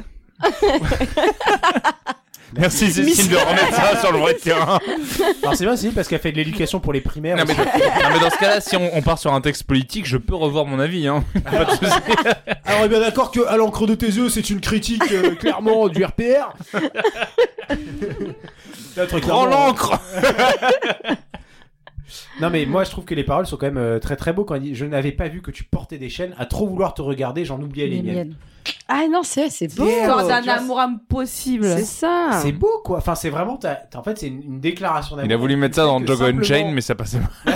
Merci Cécile de remettre ça sur le vrai terrain. Alors c'est bien Cécile parce qu'elle fait de l'éducation pour les primaires. Non mais, non, mais dans ce cas-là, si on, on part sur un texte politique, je peux revoir mon avis. Hein. Pas de souci. Alors Ah, on est bien d'accord que à l'encre de tes yeux, c'est une critique euh, clairement du RPR. Là, très Prends clairement, l'encre. Non mais moi je trouve que les paroles sont quand même euh, très très beaux quand il dit je n'avais pas vu que tu portais des chaînes à trop vouloir te regarder j'en oubliais les, miennes. Ah non, c'est c'est beau. Yeah. Histoire d'un tu vois, amour impossible. C'est Ah. ça. C'est beau quoi. Enfin, c'est vraiment. t'as- t'as- en fait, c'est une, une déclaration d'amour. Il a voulu mettre ça Tu sais dans que Jogo simplement- Unchained, mais ça passait pas.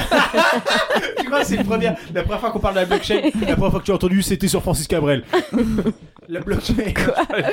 Tu vois, c'est le premier- la première fois qu'on parle de la blockchain. la première fois que tu as entendu, c'était sur Francis Cabrel. la blockchain.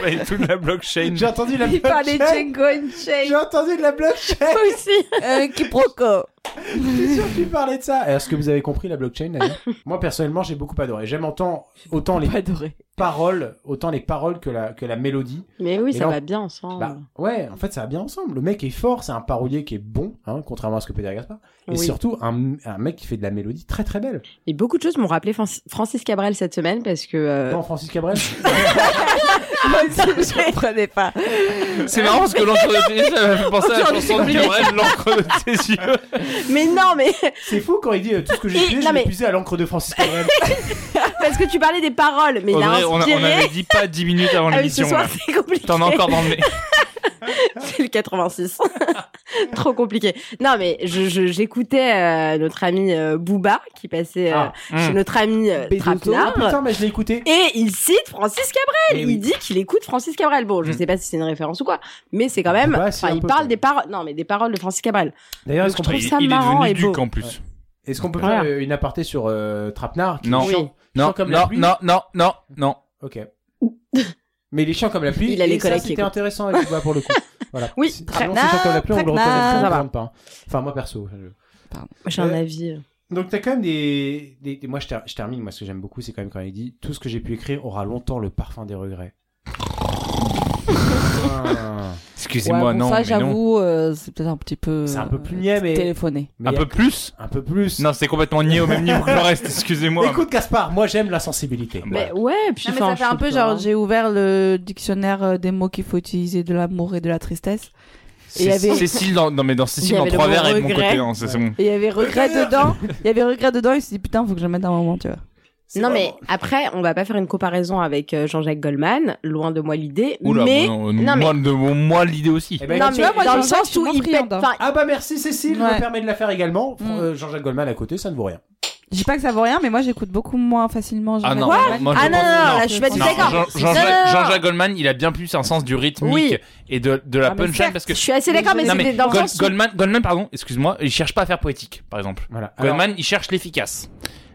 Et tout de la blockchain. J'ai entendu la Il parlait de blockchain. Django Unchained. J'ai entendu de la blockchain. Moi aussi. Euh, quiproquo. C'est sûr que tu parlais de ça. Est-ce que vous avez compris la blockchain d'ailleurs Moi personnellement, j'ai beaucoup adoré. J'aime autant, autant les Pas adoré. paroles, autant les paroles que la, que la mélodie. Mais oui, Mais ça non. va bien ensemble. Bah, ouais, en fait, ça va bien ensemble. Le mec est fort, c'est un parolier qui est bon, hein, contrairement à ce que Peter Gaspar. Et Oui. surtout, un, un mec qui fait de la mélodie très très belle. Et beaucoup de choses m'ont rappelé Fran- Francis Cabrel cette semaine parce que euh, Non, Francis Cabrel Moi aussi, je comprenais pas. C'est marrant parce que l'encre de tes yeux, ça m'a fait penser à la chanson de Cabrel, l'encre de tes yeux. Mais non, mais C'est fou quand il dit euh, tout ce que j'ai Et- fait, non, je l'ai mais- puisé à l'encre de Francis Cabrel. parce que tu parlais des paroles, mais On il a avait- inspiré. on, a- on avait dit pas 10 minutes avant Ah oui, ce l'émission. soir, là. c'est compliqué. T'en as encore dans le nez. C'est le 86. Trop compliqué. Non, mais je- je- j'écoutais euh, notre ami euh, Booba qui passait euh, Ah, chez Mm. notre ami euh, Ah Trapenard. putain, mais je l'ai écouté. Et il cite Francis Cabrel. Eh il oui. dit qu'il écoute Francis Cabrel. Bon, je Mm. sais pas si c'est une référence ou quoi, mais c'est quand même. Bah, c'est Enfin, un il peu Euh, parle quand des paroles. Non, mais des paroles de Francis Cabrel. D'ailleurs, est-ce Je qu'on trouve peut, il, ça il est marrant devenu et duc beau. en plus. est-ce qu'on peut Voilà. faire euh, une aparté sur euh, Trapnard qui Non. est chiant Non, comme la non, pluie. non, non, non, non. Ok. Mais il est chiant comme la pluie. Il a les et ça, collègues qui C'était écoutent. intéressant avec toi pour le coup. Voilà. Oui, Si- très sinon, c'est chiant comme la pluie, on le bien, reconnaît, très on bien. le reconnaît pas. hein. Enfin, moi perso. je- J'ai un un Euh, avis. Donc t'as quand même des, des- des- moi je, ter- je termine moi ce que j'aime beaucoup c'est quand même quand il dit tout ce que j'ai pu écrire aura longtemps le parfum des regrets. Putain. Excusez-moi, Ouais, bon, non, Ça, mais non. j'avoue, euh, c'est peut-être un petit peu. C'est un peu plus euh, niais, mais- Téléphoné. Mais Un y a- peu plus un peu plus. Non, c'est complètement nié au même niveau que le reste, excusez-moi. bah, Écoute Gaspard, moi j'aime la sensibilité. Mais ouais, puis Non, mais enfin, ça fait un je peu trouve genre que- j'ai ouvert le dictionnaire euh, des mots qu'il faut utiliser de l'amour et de la tristesse Cé- il y avait- Cécile dans, non, mais dans Il Cécile y dans avait le trois mot verres et de mon regret. côté, non, c'est c'est bon. et il y avait regret dedans il y avait regret dedans il s'est dit putain faut que je le mette un moment tu vois C'est Non, mais vraiment- après, on va pas faire une comparaison avec euh, Jean-Jacques Goldman, loin de moi l'idée, Oula, mais. bon, non, non, mais- moi, de, moi l'idée aussi. Eh ben, Non, tu mais vois, moi, dans le Jean-Jacques, je sens suis où moins il pète. friande, hein. enfin, Ah bah merci Cécile, je me Ouais. permets de la faire également. Fr- Mm. euh, Jean-Jacques Goldman à côté, ça ne vaut rien. je dis pas que ça vaut rien mais moi j'écoute beaucoup moins facilement Ah Jean-Jacques non, Goldman. moi, Ah je non, pense- non, non, non. là, je suis pas du Non, tout d'accord. Jean- C'est- non, non, Jean-Jacques non. Jean-Jacques Goldman, il a bien plus un sens du rythmique Oui. et de, de la Ah, mais punchline certes, parce que. Je suis assez d'accord, mais Non, mais c'était dans le Gold- sens. où- Goldman, Goldman, pardon, excuse-moi, il cherche pas à faire poétique, par exemple. Voilà. Alors, Goldman, il cherche l'efficace.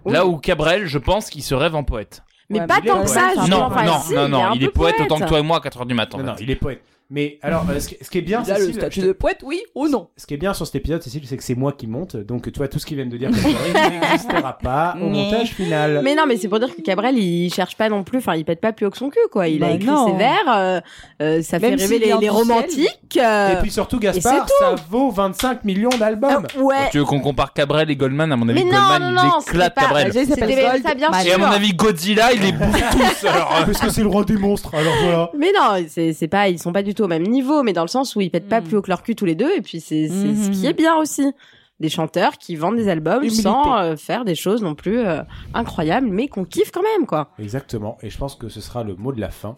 Oui. Là où Cabrel, je pense qu'il se rêve en poète. Mais Ouais, pas mais il est tant que poète, ça, c'est je un peu- trouve. non, Enfin, non, si, il non, est non, un il est peu poète, autant que toi et moi à 4h du matin. non, en non, fait. il est poète. Mais alors euh, ce, qui- ce qui est bien Il a le Cécile, statut je te- de poète oui ou non ce qui est bien sur cet épisode Cécile, c'est que c'est moi qui monte. Donc tu vois tout ce qu'ils viennent de dire ça n'existera pas au Mais- montage final. Mais non, mais c'est pour dire que Cabrel, il cherche pas non plus, enfin, il pète pas plus haut que son cul, quoi. Il a Bah écrit non. ses vers, euh, euh, ça fait Même s'il rêver est les, les ambitieux. romantiques. Et euh, puis surtout, Gaspard, ça vaut 25 millions d'albums. euh, ouais. Tu veux qu'on compare Cabrel et Goldman À mon avis, Mais non, Goldman, non, non, il éclate c'est pas- Cabrel. Déjà, il s'appelle C'était- Gold- ça, bien Mal. Et à sûr. mon avis, Godzilla, il les Ah, bouffe tous. Alors, euh, Parce que c'est le roi des monstres, alors voilà. Mais non, c'est c'est pas, ils sont pas du tout au même niveau, mais dans le sens où ils pètent pas Mm. plus haut que leur cul tous les deux, et puis c'est c'est Mhm. ce qui est bien aussi. Des chanteurs qui vendent des albums Humilité. sans euh, faire des choses non plus euh, incroyables, mais qu'on kiffe quand même, quoi. Exactement, et je pense que ce sera le mot de la fin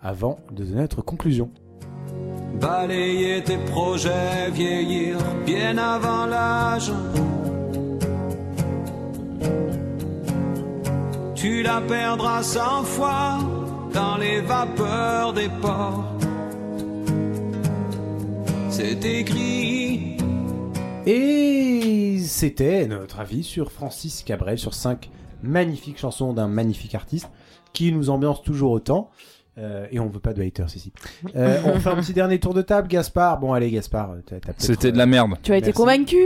avant de donner notre conclusion. Balayer tes projets, vieillir bien avant l'âge. Tu la perdras cent fois dans les vapeurs des ports. C'est écrit. Et c'était notre avis sur Francis Cabrel, sur cinq magnifiques chansons d'un magnifique artiste qui nous ambiance toujours autant. Euh, et on veut pas de haters ici. Euh, on fait un petit dernier tour de table, Gaspard. Bon, allez, Gaspard, t'as- t'as peut-être, C'était de euh, la merde. tu as été Merci. convaincu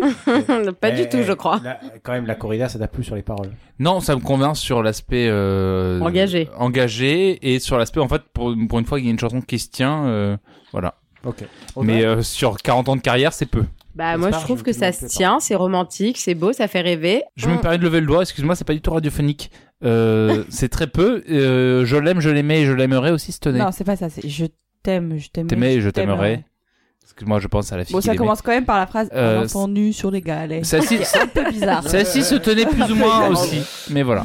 pas eh, du tout, eh, je crois. la- quand même, la corrida, ça t'a plu sur les paroles. Non, ça me convainc sur l'aspect euh, Engagé. engagé et sur l'aspect en fait pour, pour une fois il y a une chanson qui se tient, euh, voilà. Ok. Mais euh, sur 40 ans de carrière, c'est peu. Bah, J'espère moi, je que trouve je que ne ça le fais se pas. tient, c'est romantique, c'est beau, ça fait rêver. Je me permets de lever le doigt, excuse-moi, c'est pas du tout radiophonique. Euh, c'est très peu. Euh, je l'aime, je l'aimais et je l'aimerais aussi, ce tenait. non c'est pas ça c'est je t'aime je t'aimais T'aimais et je t'aimerais. Excuse-moi, je pense à la fille. Bon, qui ça l'aimait. commence quand même par la phrase Euh, Un enfant nu sur les galets. Celle-ci, C'est un peu bizarre. celle-ci se tenait plus ou moins aussi. Mais voilà.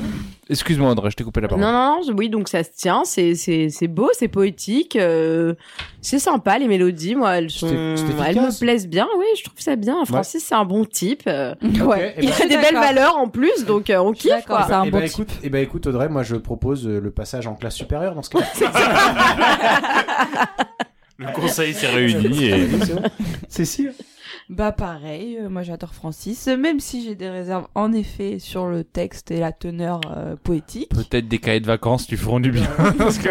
Excuse-moi, André, je t'ai coupé la parole. Non, non, non, je- oui, donc ça se tient, c'est, c'est, c'est beau, c'est poétique, euh, c'est sympa, les mélodies, moi, elles, sont, C'était- c'était elles efficace. me plaisent bien, oui, je trouve ça bien. Francis, c'est un bon type. euh, Ouais. il Je suis a des belles d'accord. valeurs en plus, donc euh, on suis kiffe, d'accord, quoi. c'est un Eh bon ben, type. écoute, eh ben, écoute, Audrey, moi je propose euh, le passage en classe supérieure dans ce cas. Le conseil s'est réuni et. Cécile Bah pareil, euh, moi j'adore Francis, euh, même si j'ai des réserves en effet sur le texte et la teneur euh, poétique. Peut-être des cahiers de vacances, tu feront du bien.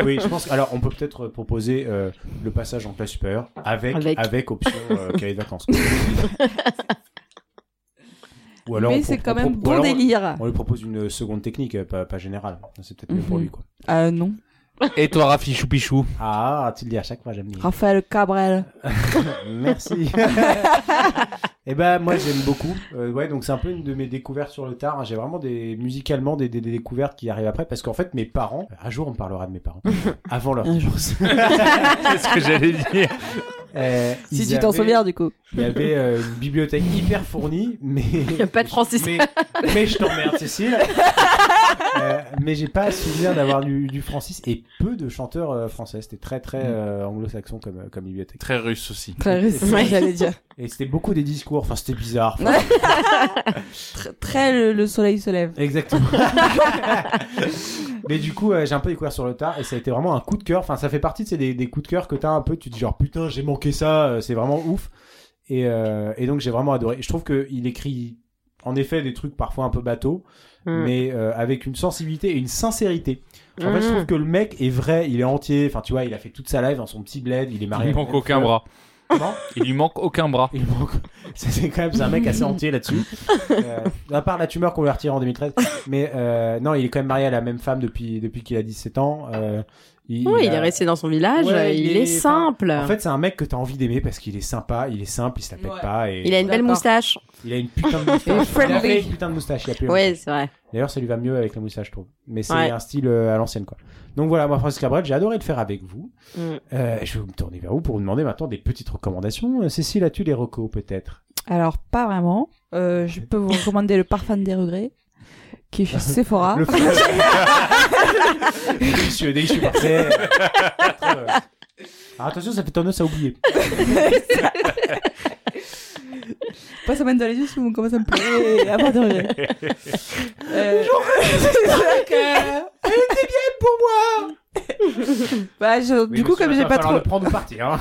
Oui, je pense. Alors, on peut peut-être proposer euh, le passage en classe supérieure avec, avec. Avec. option euh, cahier de vacances. Ou on mais pro- c'est quand on même pro- bon ou alors on- délire. On lui propose une seconde technique, euh, pas, pas générale. C'est peut-être mieux pour Mhm. lui, quoi. Euh, non. Et toi, Rafi Choupichou Ah, tu le dis à chaque fois, j'aime bien. Raphaël Cabrel. Merci. Et ben moi j'aime beaucoup. Euh, ouais donc c'est un peu une de mes découvertes sur le tard. J'ai vraiment des musicalement des, des- des découvertes qui arrivent après parce qu'en fait mes parents. Un jour on parlera de mes parents. Avant leur Un divorce. C'est ce que j'allais dire. Euh, Si ils tu t'en avaient- souviens du coup. Il y avait euh, une bibliothèque hyper fournie, mais. a pas de Francis. Mais, mais je t'emmerde, Cécile. Euh, mais j'ai pas souvenir d'avoir du, du Francis et peu de chanteurs euh, français. C'était très très Mm. euh, anglo-saxon comme, euh, comme bibliothèque. Très russe aussi. Très réussi, Ouais. j'allais dire. Et c'était beaucoup des discours. Enfin, c'était bizarre. Enfin, Tr- Très le, le soleil se lève. Exactement. mais du coup, euh, j'ai un peu découvert sur le tard et ça a été vraiment un coup de cœur. Enfin, ça fait partie de ces- des, des coups de cœur que t'as un peu. Tu te dis genre putain, j'ai manqué ça, euh, c'est vraiment ouf. Et, euh, et donc j'ai vraiment adoré. Je trouve que il écrit en effet des trucs parfois un peu bateaux, Mm. mais euh, avec une sensibilité et une sincérité. En fait, je Mm. trouve que le mec est vrai, il est entier. Enfin, tu vois, il a fait toute sa live dans son petit bled, il est marié. Il lui à manque une aucun fleur. bras. Non Il lui manque aucun bras. il manque. C'est c'est quand même c'est un mec assez entier là-dessus. Euh, à part la tumeur qu'on lui a retirée en 2013. Mais euh, non, il est quand même marié à la même femme depuis, depuis qu'il a 17 ans. Euh, il, Oui, il il a- est resté dans son village, Ouais, euh, il, il est, est- simple. En fait, c'est un mec que t'as envie d'aimer parce qu'il est sympa, il est simple, il se la pète Ouais. pas. Et... il a une belle D'accord. moustache. il a une putain de moustache. Il est friendly. Il a fait une putain de moustache. Il a plus la Oui, c'est vrai. D'ailleurs, ça lui va mieux avec la moustache, je trouve. Mais c'est Ouais. un style euh, à l'ancienne, quoi. Donc voilà, moi, Francis Cabrel, j'ai adoré le faire avec vous. Mm. Euh, je vais me tourner vers vous pour vous demander maintenant des petites recommandations. Euh, Cécile, as-tu les recos, peut-être Alors pas vraiment. Euh, je peux vous recommander le parfum des regrets qui est chez Sephora. Le flash. délicieux, délicieux, parfait. Très bon. Alors, Ah, attention, ça fait tendance à oublier. Pas ça mène dans les yeux si vous commencez à me pleurer. Ah, pardon. j'ai- Euh... c'est ça que- Elle était bien pour moi. bah, je- du coup, comme j'ai pas trop, le prendre ou partir. hein.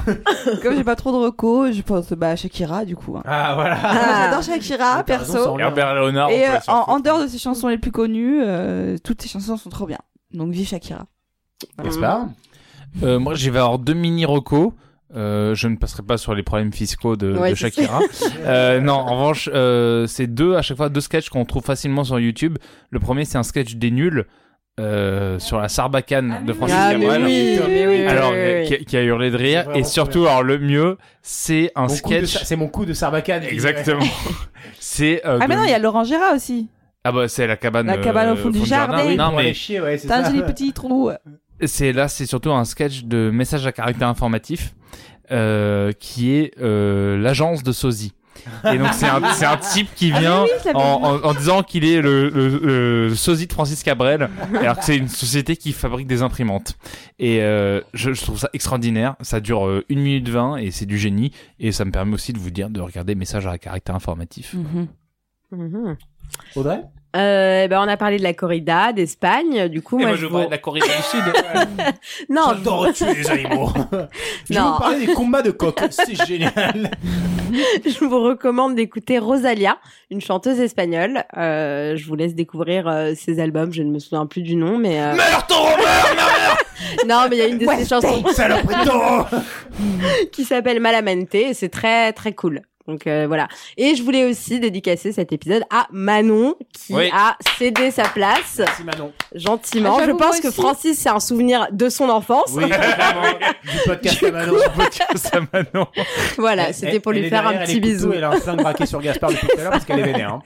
comme j'ai pas trop de recos, je pense bah à Shakira du coup. hein. Ah, voilà. Ah. J'adore Shakira Mais t'as raison, perso. ça Herbert Léonard. Et euh, en, en hein. dehors de ses chansons les plus connues, euh, toutes ses chansons sont trop bien. Donc vive Shakira. N'est-ce pas Euh, moi, j'y vais avoir deux mini rocos. Euh, je ne passerai pas sur les problèmes fiscaux de, Ouais, de c'est Shakira. Euh, non, en revanche, euh, c'est deux à chaque fois deux sketchs qu'on trouve facilement sur YouTube. Le premier, c'est un sketch des nuls euh, sur la Sarbacane de Francis Ah, mais Cabrel. oui, Putain, mais oui, oui, Alors, oui, oui. Qui, a, qui a hurlé de rire. vraiment Et surtout, alors le mieux, c'est un Mon coup de sketch. sa- C'est mon coup de Sarbacane. Exactement. c'est. euh, Ah mais de- non, il y a Laurent Gérard aussi. Ah bah c'est la cabane. La cabane au fond du jardin. Oui, non Pour aller mais chier, ouais, c'est T'as un ça. joli petit trou. euh. c'est là c'est surtout un sketch de message à caractère informatif euh, qui est euh, l'agence de sosie. Et donc c'est un, c'est un type qui Ah, mais vient oui, je l'avais en, en- en disant qu'il est le, le- le sosie de Francis Cabrel, alors que c'est une société qui fabrique des imprimantes. Et euh, je, je trouve ça extraordinaire. Ça dure euh, une minute 20 et c'est du génie. Et ça me permet aussi de vous dire de regarder message à caractère informatif. Mhm. Audrey Euh, ben, on a parlé de la corrida, d'Espagne. Du coup, moi, je vous- Corée du Sud. Non, je- J'adore tuer les animaux. Je vais Non. vous parler des combats de coqs. C'est génial. je vous recommande d'écouter Rosalia, une chanteuse espagnole. Euh, je vous laisse découvrir euh, ses albums. Je ne me souviens plus du nom, mais euh, Meurs ton Robert, non, mais il y a une de ses chansons Saloperie de taureau. qui s'appelle Malamente. et C'est très très cool. Donc euh, voilà. Et je voulais aussi dédicacer cet épisode à Manon qui Oui. a cédé sa place Merci Manon. gentiment. Ah, je j'avoue, pense moi que aussi. Francis c'est un souvenir de son enfance. Oui, clairement, du podcast à Manon. ça Manon. voilà, Elle- c'était pour elle lui est faire derrière, un elle petit écoute bisou. tout, Elle a un flingue braqué sur Gaspard depuis tout à l'heure parce qu'elle est vénère.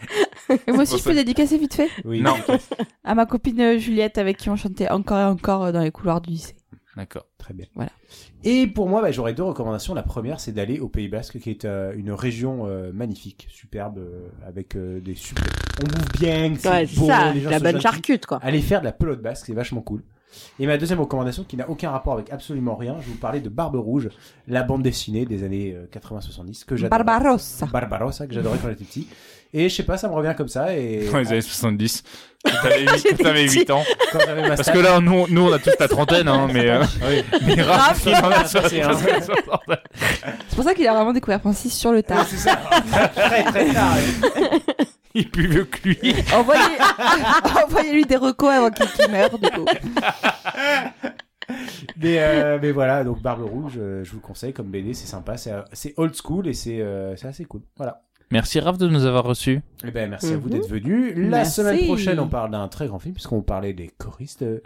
hein. Et moi aussi, je ça. peux dédicacer vite fait Oui, Non. efficace. à ma copine euh, Juliette avec qui on chantait encore et encore euh, dans les couloirs du lycée. D'accord. Très bien. Voilà. Et pour moi, bah, j'aurais deux recommandations. La première, c'est d'aller au Pays Basque, qui est euh, une région euh, magnifique, superbe, euh, avec euh, des super. On bouffe bien, c'est Ouais, c'est beau, ça, les gens la sont bonne gentils. charcute, quoi. Allez faire de la pelote basque, c'est vachement cool. Et ma deuxième recommandation, qui n'a aucun rapport avec absolument rien, je vais vous parlais de Barbe Rouge, la bande dessinée des années euh, 80-70 que j'adore. Bah. Barbarossa. Barbarossa, que j'adorais quand j'étais petit. Et je sais pas, ça me revient comme ça. Et Dans les années 70, quand t'avais huit- quand t'avais 8 ans. quand j'avais ma Parce staff- que là, nous, nous on a tous la trentaine, hein, mais, euh, Oui. mais Raph, il en a Ça, c'est un- 60. C'est pour ça qu'il a vraiment découvert Francis sur le tard. Ah, C'est ça. très très tard. Il est plus vieux que lui. Envoyez- Envoyez-lui des recos avant qu'il qu'il meure, du Euh, coup. Mais, euh, mais voilà, donc Barbe Rouge, euh, je vous le conseille comme BD, c'est sympa, c'est euh, c'est old school et c'est euh, c'est assez cool. Voilà. Merci Raph de nous avoir reçus. Eh ben, merci à vous Mhm. d'être venus. La Merci. semaine prochaine, on parle d'un très grand film, puisqu'on parlait des choristes, euh,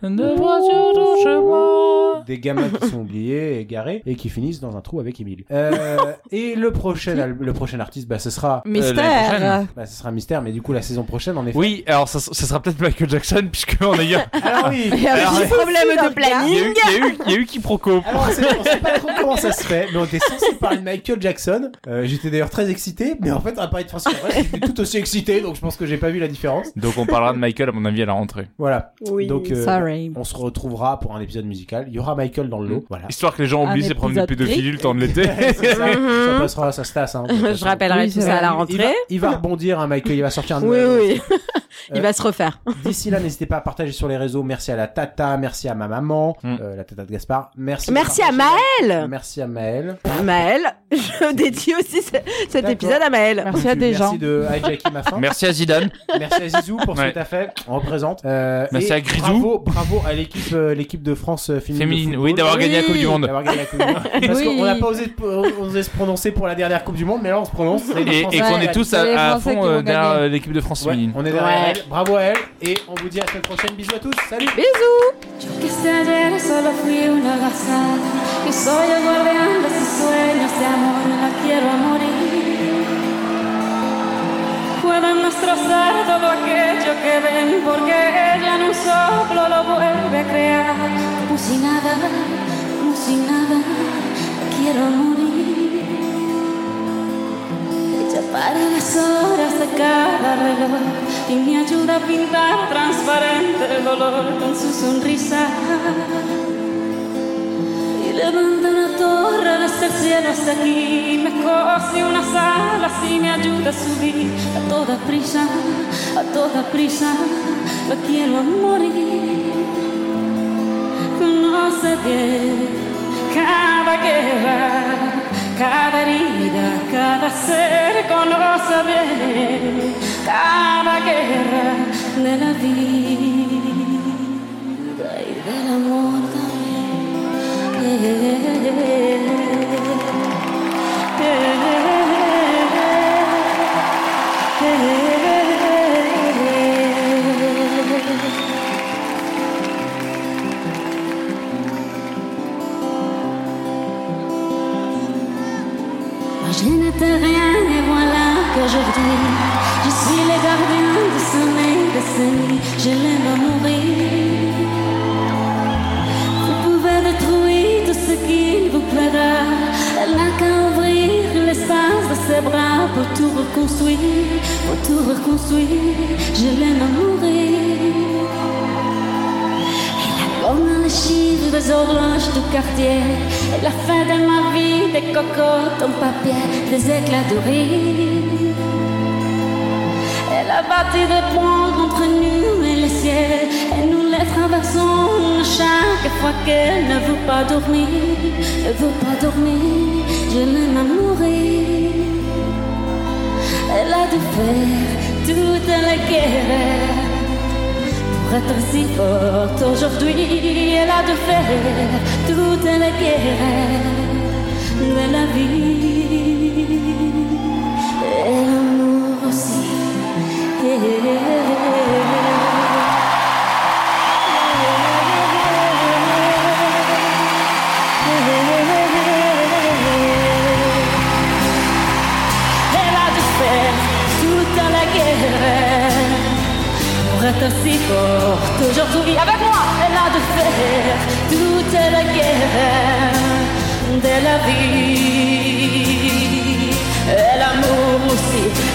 des gamins qui sont oubliés, égarés, et qui finissent dans un trou avec Émile. Euh, et le prochain, al- le prochain artiste, bah, ce sera. Mystère. Bah, ce sera un mystère, mais du coup, la saison prochaine, en effet. Oui, alors ça, ça sera peut-être Michael Jackson, puisqu'on a eu, il y a Alors oui Il y a Alors, un petit ouais. problème Souci, de le gars. planning. eu, il y a eu, il y a eu quiproquo. Alors, on sait, on sait pas trop comment ça se fait, mais on était censé parler de Michael Jackson. Euh, J'étais d'ailleurs très excité, mais en fait, on a parlé de François Cabrel, j'étais tout aussi excité, donc je pense que j'ai pas vu la différence. Donc on parlera de Michael, à mon avis, à la rentrée. Voilà. Oui. Donc, euh, Sorry. on se retrouvera pour un épisode musical. Il y aura Michael dans le lot. Voilà. Histoire que les gens Un oublient ses problèmes de épisode pédophilie le temps de l'été. C'est ça, Mhm. ça passera, ça se tasse. hein, de toute Je façon. rappellerai Oui, tout c'est ça à Il- la Il va, rentrée. il va rebondir, hein, Michael. Il va sortir un Oui, nouvel oui. Euh, Il va se refaire. D'ici là, n'hésitez pas à partager sur les réseaux. Merci à la Tata, merci à ma maman, Mm. euh, la Tata de Gaspard. Merci. Merci à Maëlle. Merci à Maël. Maëlle, je dédie aussi ce- cet euh, D'accord. épisode à Maëlle. Merci à des gens. Merci de hijacker ma fin. Merci à Zidane. Merci à Zizou pour ce Ouais. que t'as fait. On représente. Euh, Merci et à Grisou. Bravo, bravo à l'équipe, euh, l'équipe de France euh, féminine. de Féminine, football. oui, d'avoir gagné la Coupe du Monde. D'avoir gagné la Coupe du Monde. Parce Oui. qu'on n'a pas osé, on osait se prononcer pour la dernière Coupe du Monde, mais là on se prononce. C'est les Et, Français. et qu'on est tous c'est les à, à Français fond qui euh, vont derrière gagner. euh, l'équipe de France Ouais, féminine. on est derrière Ouais. elle. Bravo à elle. Et on vous dit à la semaine prochaine. Bisous à tous. Salut. Yo que sé ayer solo fui una gazán y soy el guardián de sus sueños de amor, la quiero a morir. Pueden destrozar todo aquello que ven porque ella en un soplo lo vuelve a crear. Como si nada, como si nada, la quiero a morir. Ella para las horas de cada reloj y me ayuda a pintar transparente el dolor con su sonrisa. Y levanta una torre desde el cielo hasta aquí, y me cose unas alas y me ayuda a subir a toda prisa, a toda prisa, la quiero a morir. Conoce bien cada guerra, cada herida, cada ser. Conoce bien cada guerra de la vida y del amor también. Moi, je n'étais rien et voilà qu'aujourd'hui Je suis le gardien de sommeil, de ce nid Je l'aime à mourir Vous pouvez détruire tout ce qu'il vous plaira Elle n'a qu'à ouvrir l'espace de ses bras Pour tout reconstruire, pour tout reconstruire Je l'aime à mourir comme les chiffres des horloges du quartier Et la fin de ma vie, des cocottes en papier Des éclats de rire Elle a bâti des ponts entre nous et le ciel Et nous les traversons chaque fois qu'elle ne veut pas dormir Ne veut pas dormir, je l'aime à mourir Elle a dû faire toutes les guerres pour être si forte aujourd'hui, elle a de faire toute la guerre de la vie. Et l'amour aussi. Elle a de faire toute la guerre. Pour prête si forte aujourd'hui avec moi Elle a de faire toute la guerre de la vie Et l'amour aussi